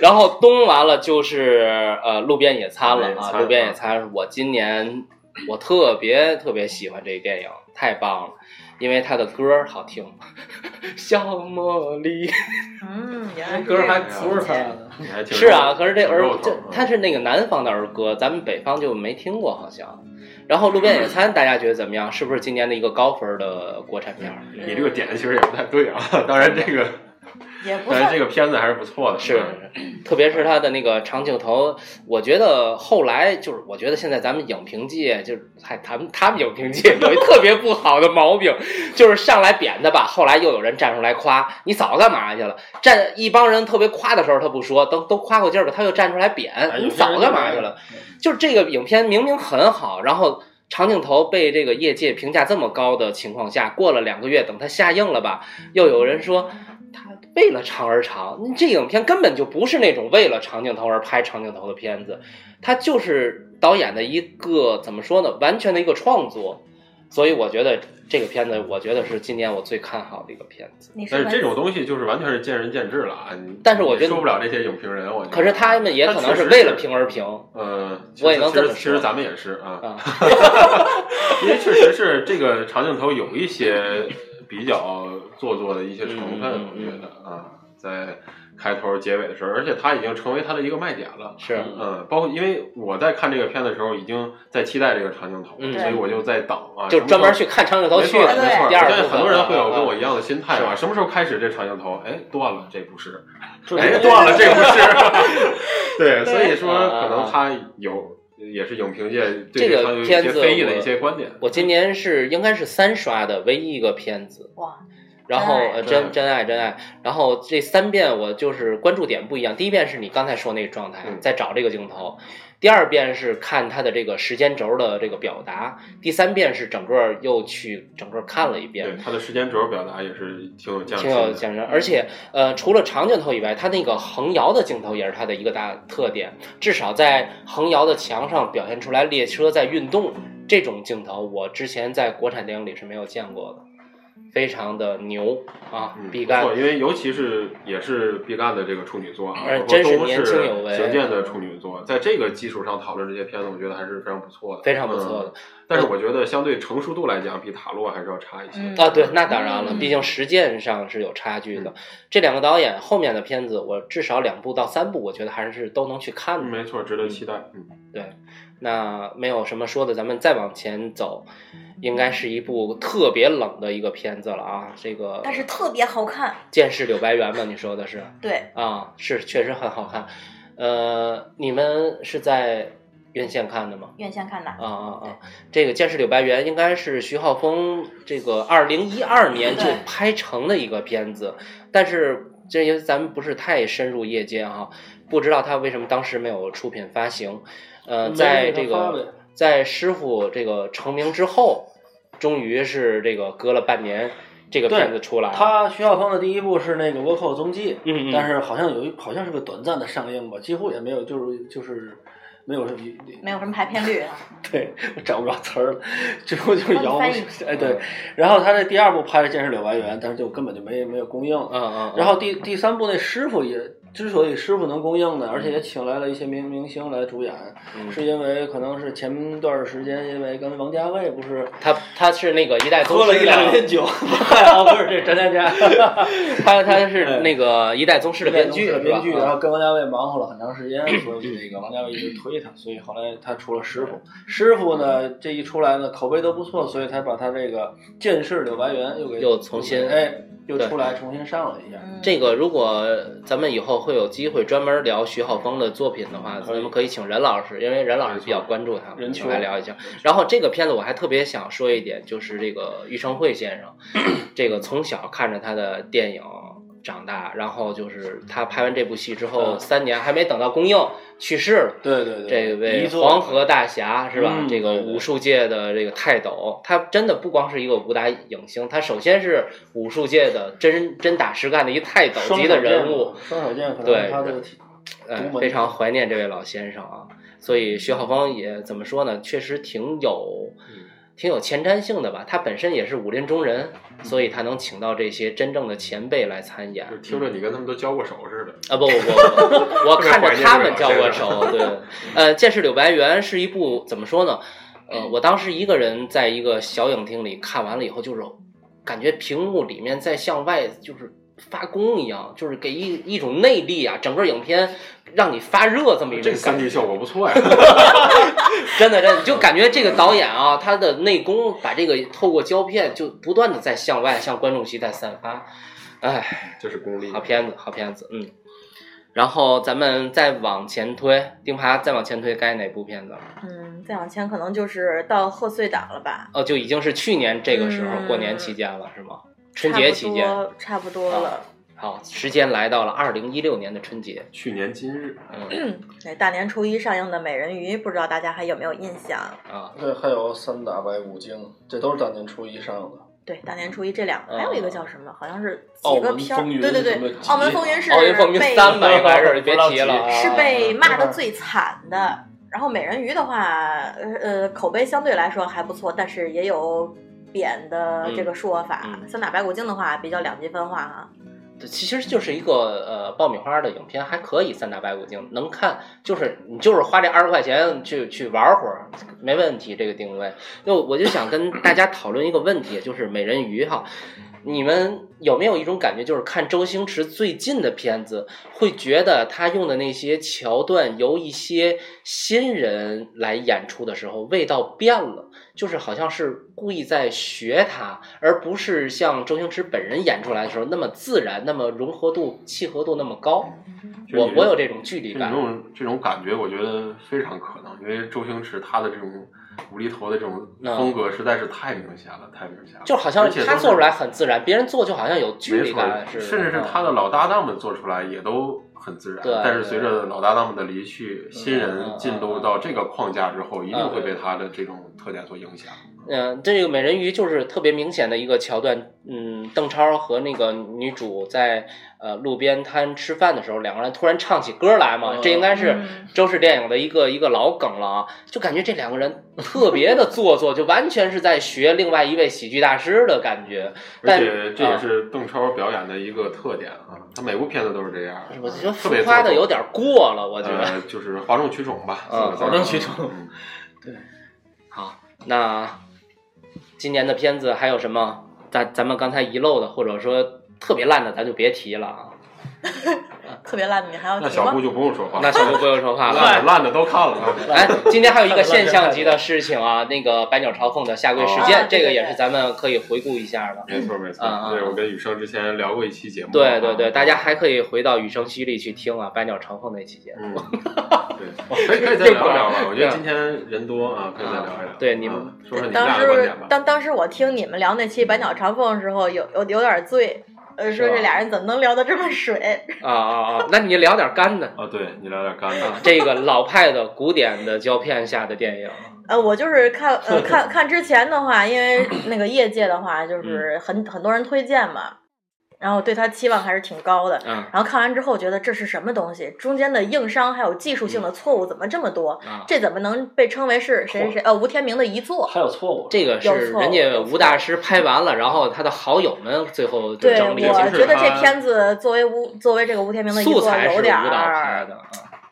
Speaker 1: 然后冬完了就是呃路边野餐了
Speaker 3: 路边野
Speaker 1: 啊，
Speaker 3: 餐
Speaker 1: 路边野餐是我今年我特别特别喜欢这个电影，太棒了，因为它的歌儿好听， 小茉莉
Speaker 2: 嗯，原来是
Speaker 4: 歌
Speaker 2: 这
Speaker 4: 还
Speaker 2: 个
Speaker 4: 不是他的，
Speaker 3: 你还挺
Speaker 1: 是啊，可是这
Speaker 3: 挺
Speaker 1: 儿
Speaker 3: 肉疼
Speaker 1: 这
Speaker 3: 啊
Speaker 1: 它是那个南方的儿歌，咱们北方就没听过好像。然后路边野餐大家觉得怎么样？是不是今年的一个高分的国产片儿？
Speaker 3: 你这个点其实也不太对啊。当然这个，
Speaker 2: 也不
Speaker 3: 当然
Speaker 2: 算
Speaker 3: 这个片子还是不错的。嗯
Speaker 1: 是，特别是他的那个长镜头，我觉得后来就是，我觉得现在咱们影评界就是，还他们他们影评界有一特别不好的毛病，就是上来贬他吧，后来又有人站出来夸你早干嘛去了？站一帮人特别夸的时候他不说，都都夸过劲儿了，他又站出来贬
Speaker 4: 哎
Speaker 1: 你早干嘛去了？？就是这个影片明明很好，然后长镜头被这个业界评价这么高的情况下，过了两个月，等它下映了吧，又有人说它为了长而长，这影片根本就不是那种为了长镜头而拍长镜头的片子，它就是导演的一个怎么说呢，完全的一个创作。所以我觉得这个片子，我觉得是今年我最看好的一个片子。
Speaker 2: 你
Speaker 3: 但是
Speaker 2: 文
Speaker 3: 这种东西就是完全是见仁见智了啊。你
Speaker 1: 但是我觉得
Speaker 3: 你说不了这些影评人，我觉得
Speaker 1: 可是他们也可能是为了评而评，
Speaker 3: 呃，
Speaker 1: 我也能
Speaker 3: 其
Speaker 1: 这么说
Speaker 3: 实其实咱们也是啊，
Speaker 1: 啊
Speaker 3: 因为确实是这个长镜头有一些比较做作的一些成
Speaker 1: 嗯
Speaker 3: 分，
Speaker 1: 嗯
Speaker 3: 我
Speaker 1: 嗯
Speaker 3: 觉得啊，在开头结尾的时候，而且它已经成为它的一个卖点了。
Speaker 1: 是
Speaker 3: 嗯，包括因为我在看这个片的时候，已经在期待这个长镜头，
Speaker 1: 嗯
Speaker 3: 所以我就在等啊，
Speaker 1: 就
Speaker 3: 什么时
Speaker 1: 专
Speaker 3: 候
Speaker 1: 门去看长镜头
Speaker 3: 没
Speaker 1: 去
Speaker 3: 错，没
Speaker 1: 的
Speaker 3: 错，
Speaker 2: 对
Speaker 3: 我
Speaker 1: 第二
Speaker 3: 相
Speaker 1: 部分
Speaker 3: 信很多人会有跟我
Speaker 1: 啊
Speaker 3: 一样的心态嘛。
Speaker 1: 是
Speaker 3: 什么时候开始这长镜头？哎，断了，这不是，
Speaker 4: 就
Speaker 3: 哎，
Speaker 4: 是
Speaker 3: 断了，这不 是。对，所以说
Speaker 1: 啊
Speaker 3: 可能他有，也是影评界
Speaker 1: 这
Speaker 3: 对
Speaker 1: 个
Speaker 3: 个有一些
Speaker 1: 片子
Speaker 3: 非议的
Speaker 1: 我
Speaker 3: 一些观点。
Speaker 1: 我今年是应该是三刷的唯一一个片子，
Speaker 2: 哇，
Speaker 1: 然后
Speaker 2: 真爱
Speaker 1: 呃真
Speaker 3: 真爱
Speaker 1: 真爱真爱，然后这三遍我就是关注点不一样。第一遍是你刚才说那个状态，
Speaker 3: 嗯
Speaker 1: 在找这个镜头；第二遍是看他的这个时间轴的这个表达；第三遍是整个又去整个看了一遍。
Speaker 3: 对他的时间轴表达也是挺有匠
Speaker 1: 挺
Speaker 3: 心
Speaker 1: 有
Speaker 3: 的。嗯
Speaker 1: 讲究，而且呃，除了长镜头以外，它那个横摇的镜头也是它的一个大特点，至少在横摇的墙上表现出来列车在运动这种镜头，我之前在国产电影里是没有见过的，非常的牛啊
Speaker 3: 嗯，，
Speaker 1: 毕
Speaker 3: 不
Speaker 1: 赣
Speaker 3: 错，因为尤其是也是毕赣的这个处女作啊，
Speaker 1: 哎
Speaker 3: 包括
Speaker 1: 真是
Speaker 3: 东
Speaker 1: 年轻有为
Speaker 3: 是邢健的处女作，在这个基础上讨论这些片子，我觉得还是非常不错的，
Speaker 1: 非常不错的
Speaker 3: 嗯。但是我觉得相对成熟度来讲，比塔洛还是要差一些。
Speaker 2: 嗯
Speaker 1: 啊，对，那当然了，
Speaker 2: 嗯
Speaker 1: 毕竟实践上是有差距的
Speaker 3: 嗯。
Speaker 1: 这两个导演后面的片子，我至少两部到三部，我觉得还是都能去看的。
Speaker 3: 嗯没错，值得期待。嗯，
Speaker 1: 那没有什么说的，咱们再往前走，应该是一部特别冷的一个片子了啊。这个
Speaker 2: 但是特别好看，
Speaker 1: 见识柳白猿嘛，你说的是
Speaker 2: 对，
Speaker 1: 啊，是确实很好看。呃，你们是在院线看的吗？
Speaker 2: 院线看的，
Speaker 1: 啊啊啊！这个《见识柳白猿》应该是徐浩峰这个二零一二年就
Speaker 2: 对
Speaker 1: 拍成的一个片子，但是这因为咱们不是太深入业界哈、不知道他为什么当时没有出品发行。呃，
Speaker 4: 没
Speaker 1: 在
Speaker 4: 人
Speaker 1: 这
Speaker 4: 给他发呗
Speaker 1: 个在师傅这个成名之后，终于是这个隔了半年，这个
Speaker 4: 对
Speaker 1: 片子出来了。
Speaker 4: 他徐浩峰的第一部是那个《倭寇踪迹》，
Speaker 1: 嗯嗯，
Speaker 4: 但是好像有一好像是个短暂的上映吧，几乎也没有，就是就是没有什么，
Speaker 2: 没有什么排片率啊，
Speaker 4: 对我 找不着词儿了，最后就是摇
Speaker 2: 帮你翻
Speaker 4: 哎对，然后他这第二部拍的《剑士柳白猿》，但是就根本就没没有公映，
Speaker 1: 嗯嗯，嗯
Speaker 4: 然后第第三部那师傅也之所以师傅能供应的，而且也请来了一些明明星来主演，
Speaker 3: 嗯
Speaker 4: 是因为可能是前段时间因为跟王家卫不是
Speaker 1: 他他是那个一代宗
Speaker 4: 喝了
Speaker 1: 师
Speaker 4: 一
Speaker 1: 的，
Speaker 4: 两天 酒，哦不是这张嘉佳，
Speaker 1: 他他
Speaker 4: 哎
Speaker 1: 是那个一代宗师的编剧，
Speaker 4: 的编剧，
Speaker 1: 是
Speaker 4: 啊
Speaker 1: 吧嗯
Speaker 4: 然后跟王家卫忙活了很长时间，所以那个王家卫一直推他，所以后来他出了师傅。师傅呢，
Speaker 1: 嗯
Speaker 4: 这一出来呢，口碑都不错，所以他把他这个剑士柳白猿又给
Speaker 1: 又重新
Speaker 4: 哎又出来重新上了一下。
Speaker 2: 嗯
Speaker 1: 这个如果咱们以后会有机会专门聊徐浩峰的作品的话，
Speaker 4: 可以
Speaker 1: 咱们可以请任老师，因为任老师比较关注他，
Speaker 4: 人
Speaker 1: 我
Speaker 4: 球
Speaker 1: 们来聊一下。然后这个片子我还特别想说一点，就是这个余承惠先生，这个从小看着他的电影长大，然后就是他拍完这部戏之后、
Speaker 4: 嗯
Speaker 1: 三年还没等到公映去世了。
Speaker 4: 对对对，
Speaker 1: 这位
Speaker 4: 一座
Speaker 1: 黄河大侠是吧？
Speaker 4: 嗯
Speaker 1: 这个
Speaker 4: 对对
Speaker 1: 武术界的这个泰斗，他真的不光是一个武打影星，他首先是武术界的真真打实干的一泰斗
Speaker 4: 双手
Speaker 1: 级的人物，
Speaker 4: 剑，双手剑可能
Speaker 1: 对
Speaker 4: 是他的
Speaker 1: 呃
Speaker 4: 独，门
Speaker 1: 非常怀念这位老先生啊。所以徐浩峰也怎么说呢？确实挺有
Speaker 3: 嗯
Speaker 1: 挺有前瞻性的吧。他本身也是武林中人，所
Speaker 4: 嗯
Speaker 1: 以他能请到这些真正的前辈来参演
Speaker 3: 就听着你跟他们都交过手似的。
Speaker 1: 啊！不不不，不我看着他们交过
Speaker 3: 这个
Speaker 1: 手。对，呃，《剑士柳白猿》是一部怎么说呢？呃，我当时一个人在一个小影厅里看完了以后，就是感觉屏幕里面在向外就是发功一样，就是给一一种内力啊，整个影片让你发热这么一种
Speaker 3: 这
Speaker 1: 感
Speaker 3: 三
Speaker 1: 觉
Speaker 3: D 效果不 错呀，
Speaker 1: 真的，真的，你就感觉这个导演啊，他的内功把这个透过胶片就不断的在向外、向观众席在散发。哎，
Speaker 3: 这是功力
Speaker 1: 好。片子，好片子，嗯。然后咱们再往前推，钉耙再往前推，该哪部片子了？
Speaker 2: 嗯，再往前可能就是到贺岁档了吧，
Speaker 1: 哦，就已经是去年这个时候，
Speaker 2: 嗯
Speaker 1: 过年期间了，是吗？春节期间，哦
Speaker 2: 差不多差不多了。
Speaker 1: 好，时间来到了二零一六年的春节，
Speaker 3: 去年今日，
Speaker 1: 嗯
Speaker 2: 对，大年初一上映的《美人鱼》，不知道大家还有没有印象？
Speaker 1: 啊，
Speaker 4: 对，还有三打白骨精，这都是当年初一上的。
Speaker 2: 对，大年初一这两个，还有
Speaker 1: 哦
Speaker 2: 一个叫什么？好像是
Speaker 4: 澳
Speaker 2: 几个
Speaker 4: 门
Speaker 2: 片儿？
Speaker 4: 风云
Speaker 2: 对对
Speaker 4: 什么
Speaker 2: 对，
Speaker 4: 几
Speaker 2: 《澳门风云》是
Speaker 1: 奥运哦风云
Speaker 2: 被
Speaker 1: 三吧，
Speaker 4: 被
Speaker 1: 应该是， 别提了啊，
Speaker 2: 是被骂的
Speaker 4: 啊
Speaker 2: 最惨的。然后美人鱼的话，呃呃，口碑相对来说还不错，但是也有贬的这个说法。
Speaker 1: 嗯嗯
Speaker 2: 三打白骨精的话，比较两极分化啊。
Speaker 1: 对，其实就是一个呃爆米花的影片，还可以，《三打白骨精》能看，就是你就是花这二十块钱去去玩会儿，没问题。这个定位，就我就想跟大家讨论一个问 题，就是美人鱼哈，你们有没有一种感觉，就是看周星驰最近的片子，会觉得他用的那些桥段由一些新人来演出的时候，味道变了，就是好像是故意在学他，而不是像周星驰本人演出来的时候那么自然、那么融合度、契合度那么高。
Speaker 3: 就
Speaker 1: 我
Speaker 3: 你
Speaker 1: 我有这种距离
Speaker 3: 嗯这
Speaker 1: 感，
Speaker 3: 种这种感觉，我觉得非常可能，因为周星驰他的这种无厘头的这种
Speaker 1: 嗯
Speaker 3: 风格实在是太明显了，太明显了。
Speaker 1: 就好像
Speaker 3: 而且都
Speaker 1: 他
Speaker 3: 是
Speaker 1: 做出来很自然，别人做就好像有距
Speaker 3: 没
Speaker 1: 离
Speaker 3: 错
Speaker 1: 感，，是
Speaker 3: 甚至是嗯他的老搭档们做出来也都很自然
Speaker 1: 对，
Speaker 3: 但是随着老搭档们的离去，新人进入到这个框架之后，一定会被他的这种特点所影响。
Speaker 1: 嗯，这个美人鱼就是特别明显的一个桥段。嗯，邓超和那个女主在呃路边摊吃饭的时候，两个人突然唱起歌来嘛，
Speaker 3: 哦
Speaker 4: 嗯
Speaker 1: 这应该是
Speaker 2: 嗯
Speaker 1: 周氏电影的一个一个老梗了啊。就感觉这两个人特别的做作，就完全是在学另外一位喜剧大师的感觉。
Speaker 3: 而
Speaker 1: 但嗯
Speaker 3: 且这也是邓超表演的一个特点啊，他每部片子都是这样，
Speaker 1: 哎
Speaker 3: 啊
Speaker 1: 我觉得浮
Speaker 3: 特别
Speaker 1: 夸
Speaker 3: 做
Speaker 1: 的
Speaker 3: 作
Speaker 1: 有点过了，我觉得。
Speaker 3: 呃，就是哗众取宠吧，
Speaker 1: 嗯
Speaker 3: 这个字儿
Speaker 4: 哗众取宠
Speaker 3: 嗯
Speaker 1: 好，那今年的片子还有什么？咱咱们刚才遗漏的，或者说特别烂的，咱就别提了啊。
Speaker 2: 特别烂，你还要
Speaker 3: 那
Speaker 2: 提
Speaker 3: 小
Speaker 2: 吗
Speaker 3: 布？就不用说话，
Speaker 1: 那小布不用说话了。
Speaker 3: 烂的烂的都看了啊。
Speaker 1: 哎，今天还有一个现象级的事情啊，那个百鸟朝凤的下跪事件，
Speaker 2: 哦
Speaker 1: 这个也是咱们可以回顾一下的。
Speaker 3: 没错没错
Speaker 1: 嗯嗯，
Speaker 3: 对我跟雨生之前聊过一期节目，啊
Speaker 1: 对对对，大家还可以回到《雨声淅沥》去听啊，百鸟朝凤那期节目。
Speaker 3: 嗯，对，可以可以再聊一聊吧。我觉得今天人多啊，可以再聊一聊。
Speaker 1: 对你们
Speaker 3: 嗯说说你们
Speaker 2: 当
Speaker 3: 俩的观
Speaker 2: 时
Speaker 3: 点吧。
Speaker 2: 当当时我听你们聊那期《百鸟朝凤》的时候，有有有点醉，呃，说
Speaker 1: 是吧
Speaker 2: 这俩人怎么能聊得这么水？
Speaker 1: 啊啊啊！那你聊点干的，
Speaker 3: 啊，对你聊点干的
Speaker 1: 啊，这个老派的古典的胶片下的电影。
Speaker 2: 呃，我就是看 呃
Speaker 1: 嗯
Speaker 2: 看看之前的话，因为那个业界的话，就是很很多人推荐嘛。然后对他期望还是挺高的。
Speaker 1: 嗯
Speaker 2: 然后看完之后觉得这是什么东西？中间的硬伤还有技术
Speaker 1: 嗯
Speaker 2: 性的错误怎么这么多？
Speaker 1: 啊，
Speaker 2: 这怎么能被称为是谁谁谁？呃，吴天明的遗作。
Speaker 4: 还有错误，
Speaker 1: 这个
Speaker 2: 有
Speaker 1: 是
Speaker 2: 错
Speaker 1: 人家
Speaker 2: 有错
Speaker 1: 吴大师拍完了，然后他的好友们最后就
Speaker 2: 对，
Speaker 1: 整理
Speaker 2: 我
Speaker 1: 了。
Speaker 2: 觉得
Speaker 3: 他
Speaker 2: 这片子作为吴作为这个吴天明的遗
Speaker 1: 素
Speaker 2: 作
Speaker 1: 材是
Speaker 2: 有
Speaker 1: 舞
Speaker 2: 点
Speaker 1: 蹈拍
Speaker 2: 儿
Speaker 1: 的啊，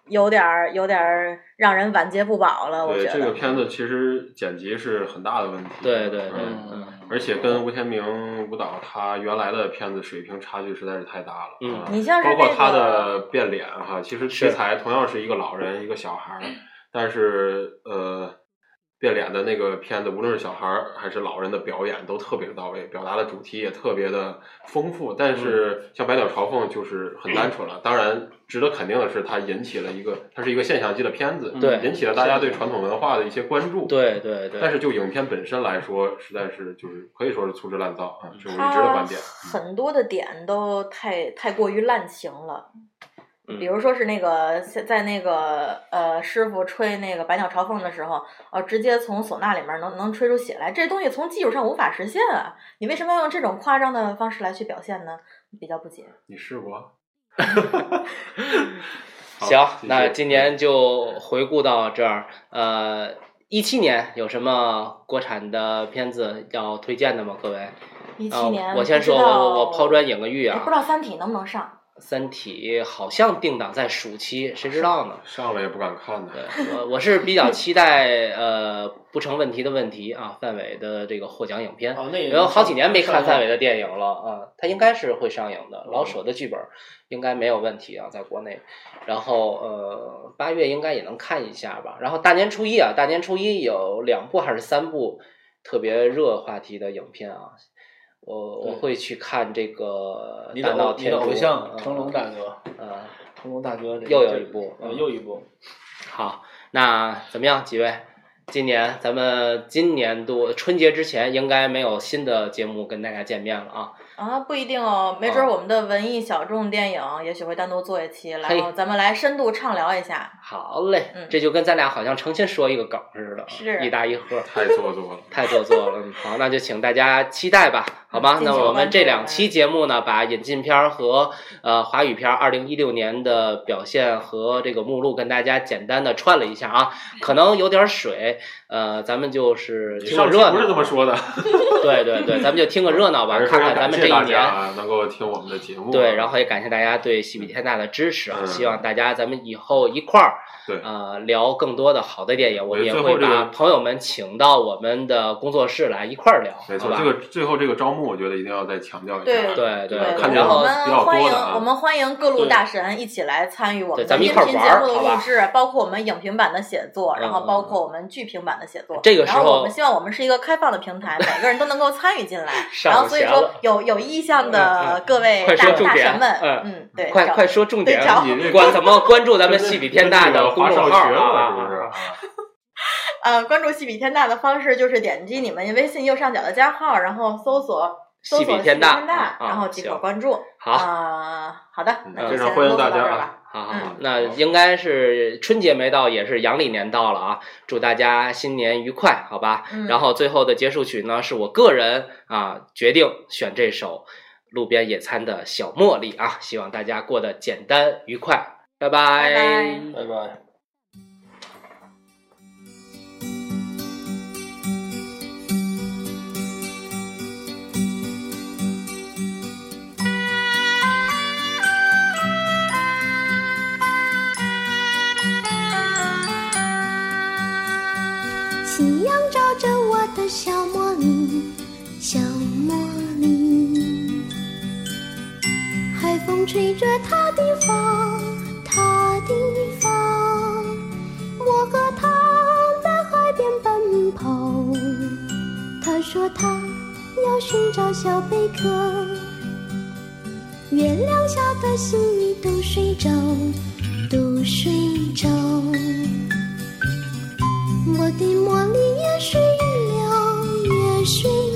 Speaker 2: 有点儿有点儿让人晚节不保了，我
Speaker 3: 对
Speaker 2: 觉
Speaker 3: 这个
Speaker 2: 得。
Speaker 3: 片子其实剪辑是很大的问题。
Speaker 1: 对对对
Speaker 3: 嗯，
Speaker 1: 嗯
Speaker 3: 而且跟吴天明舞蹈他原来的片子水平差距实在是太大了。
Speaker 1: 嗯
Speaker 3: 啊
Speaker 2: 你像是
Speaker 3: 包
Speaker 2: 那
Speaker 3: 括
Speaker 2: 个
Speaker 3: 他的变脸哈，其实题
Speaker 1: 是
Speaker 3: 材同样是一个老人一个小孩儿，但是呃，变脸的那个片子，无论是小孩儿还是老人的表演都特别到位，表达的主题也特别的丰富。但
Speaker 1: 嗯
Speaker 3: 是像《百鸟朝凤》就是很单纯了。当然，值得肯定的是，它引起了一个，它是一个现象级的片子，
Speaker 1: 对
Speaker 3: 引起了大家对传统文化的一些关注。。
Speaker 1: 对对
Speaker 3: 但
Speaker 1: 对，
Speaker 3: 是就影片本身来说，实在是就是可以说是粗制滥造啊，
Speaker 1: 嗯
Speaker 3: 这是我一直的
Speaker 2: 他
Speaker 3: 观点。
Speaker 2: 很多的点都太太过于滥情了，
Speaker 1: 嗯
Speaker 2: 比如说是那个在那个呃师傅吹那个《百鸟朝凤》的时候，呃，直接从唢呐里面能能吹出血来，这东西从技术上无法实现啊！你为什么要用这种夸张的方式来去表现呢？比较不解。
Speaker 3: 你 试过？好
Speaker 1: 行，
Speaker 3: 继续嗯
Speaker 1: 那今年就回顾到这儿。呃，一七年有什么国产的片子要推荐的吗？各位，
Speaker 2: 一七
Speaker 1: 啊，
Speaker 2: 年、
Speaker 1: 我先说，我我我抛砖引个玉
Speaker 2: 也哎
Speaker 1: 啊，
Speaker 2: 不知道《三体》能不能上。
Speaker 1: 《三体》好像定档在暑期，谁知道呢？
Speaker 3: 上了也不敢看呢。
Speaker 1: 对我我是比较期待呃不成问题的问题啊范伟的这个获奖影片，
Speaker 4: 哦，那也
Speaker 1: 有好几年没看范
Speaker 4: 范
Speaker 1: 伟的电影了
Speaker 4: 嗯
Speaker 1: 啊，他应该是会上映的。老舍的剧本应该没有问题啊，在国内。然后呃，八月应该也能看一下吧。然后大年初一啊，大年初一有两部还是三部特别热话题的影片啊，我我
Speaker 4: 对
Speaker 1: 会去看这个
Speaker 4: 你
Speaker 1: 大闹
Speaker 4: 的你
Speaker 1: 天
Speaker 4: 的
Speaker 1: 竺
Speaker 4: 偶像
Speaker 1: 嗯
Speaker 4: 成龙大哥，
Speaker 1: 呃，
Speaker 4: 成龙大哥这
Speaker 1: 又有一部
Speaker 4: 呃
Speaker 1: 嗯
Speaker 4: 又一部，
Speaker 1: 好，那怎么样，几位？今年咱们今年度春节之前应该没有新的节目跟大家见面了啊。
Speaker 2: 啊，不一定哦，没准儿我们的文艺小众电影也许会单独做一期，然后
Speaker 1: 嘿
Speaker 2: 咱们来深度畅聊一下。
Speaker 1: 好嘞，
Speaker 2: 嗯
Speaker 1: 这就跟咱俩好像成天说一个梗似的，啊
Speaker 2: 是
Speaker 1: 一搭一喝，
Speaker 3: 太做 作了。
Speaker 1: 太做作了。嗯好，那就请大家期待吧，好吧？
Speaker 2: 嗯敬请
Speaker 1: 那我们这两
Speaker 2: 关注
Speaker 1: 期节目呢，把引进片儿和呃华语片二零一六年的表现和这个目录跟大家简单的串了一下啊，可能有点水，呃，咱们就是
Speaker 3: 你
Speaker 1: 听个
Speaker 3: 上期
Speaker 1: 热
Speaker 3: 不是这
Speaker 1: 闹，
Speaker 3: 么说的，
Speaker 1: 对对对，咱们就听个热闹吧
Speaker 3: 还，是非
Speaker 1: 看
Speaker 3: 常
Speaker 1: 看咱
Speaker 3: 感
Speaker 1: 们这
Speaker 3: 谢
Speaker 1: 一
Speaker 3: 大家
Speaker 1: 年。
Speaker 3: 啊，能够听我们的节目啊。
Speaker 1: 对，然后也感谢大家对喜比天大的支持啊！
Speaker 3: 嗯
Speaker 1: 希望大家咱们以后一块儿，
Speaker 3: 对
Speaker 1: 呃，聊更多的好的电影，我们也
Speaker 3: 最
Speaker 1: 会
Speaker 3: 后这个
Speaker 1: 把朋友们请到我们的工作室来一块儿聊，
Speaker 3: 没
Speaker 1: 好
Speaker 3: 错，
Speaker 1: 吧？
Speaker 3: 这个最后这个招募，我觉得一定要再强调一下啊。
Speaker 2: 对
Speaker 1: 对
Speaker 3: 对
Speaker 1: 对，
Speaker 3: 看见
Speaker 1: 然
Speaker 2: 我
Speaker 1: 后
Speaker 3: 比较
Speaker 2: 们
Speaker 3: 多
Speaker 2: 欢迎
Speaker 3: 的啊
Speaker 2: 我们欢迎各路
Speaker 4: 对
Speaker 2: 大神一起来参与我
Speaker 1: 对
Speaker 2: 们
Speaker 1: 咱
Speaker 2: 的
Speaker 1: 们一
Speaker 2: 音
Speaker 1: 块儿
Speaker 2: 频节
Speaker 1: 玩儿
Speaker 2: 目的
Speaker 1: 好吧
Speaker 2: 录制，包括我们影评版的写作，然后
Speaker 1: 嗯嗯
Speaker 2: 包括我们剧评版的写作。
Speaker 1: 这个时
Speaker 2: 然后我
Speaker 1: 候
Speaker 2: 们希望我们是一个开放的 平台，每个人都能够参与进来。
Speaker 1: 上
Speaker 2: 然后所以
Speaker 1: 弦
Speaker 2: 说
Speaker 1: 了
Speaker 2: 有有意向
Speaker 1: 嗯
Speaker 2: 的各位
Speaker 1: 快
Speaker 2: 大
Speaker 1: 说重
Speaker 2: 大
Speaker 1: 点
Speaker 2: 神们，
Speaker 1: 嗯
Speaker 2: 嗯，对，
Speaker 1: 快
Speaker 2: 找
Speaker 1: 快说重点
Speaker 2: 对，找
Speaker 3: 你这
Speaker 1: 关怎么关注咱们戏比天大
Speaker 3: 跟这
Speaker 1: 的
Speaker 3: 个
Speaker 1: 公
Speaker 3: 华
Speaker 1: 众
Speaker 3: 少
Speaker 1: 号
Speaker 3: 学
Speaker 1: 啊啊？
Speaker 3: 了是
Speaker 1: 啊
Speaker 3: 不是？啊
Speaker 2: 呃，关注戏比天大的方式就是点击你们微信右上角的加号，然后搜索搜
Speaker 1: 戏比
Speaker 2: 索戏
Speaker 1: 天
Speaker 2: 比天
Speaker 1: 大
Speaker 2: 大，
Speaker 1: 嗯啊
Speaker 2: 然后即可
Speaker 1: 行
Speaker 2: 关注。
Speaker 1: 好，
Speaker 2: 啊，好的，那就
Speaker 3: 嗯非常
Speaker 2: 先
Speaker 3: 欢迎
Speaker 2: 啰嗦
Speaker 3: 大
Speaker 2: 到
Speaker 3: 家
Speaker 2: 这儿
Speaker 3: 啊
Speaker 2: 吧。
Speaker 1: 好好
Speaker 2: 嗯
Speaker 1: 好，那应该是春节没到，也是阳历年到了啊！祝大家新年愉快，好吧？
Speaker 2: 嗯
Speaker 1: 然后最后的结束曲呢，是我个人啊决定选这首《路边野餐》的小茉莉啊，希望大家过得简单愉快，拜拜
Speaker 2: 拜拜
Speaker 4: 拜拜。
Speaker 5: 夕阳照着我的小茉莉，小茉莉。海风吹着她的发，她的发。我和她在海边奔跑。她说她要寻找小贝壳。月亮下的星儿都睡着，都睡着。我的茉莉也睡了，也睡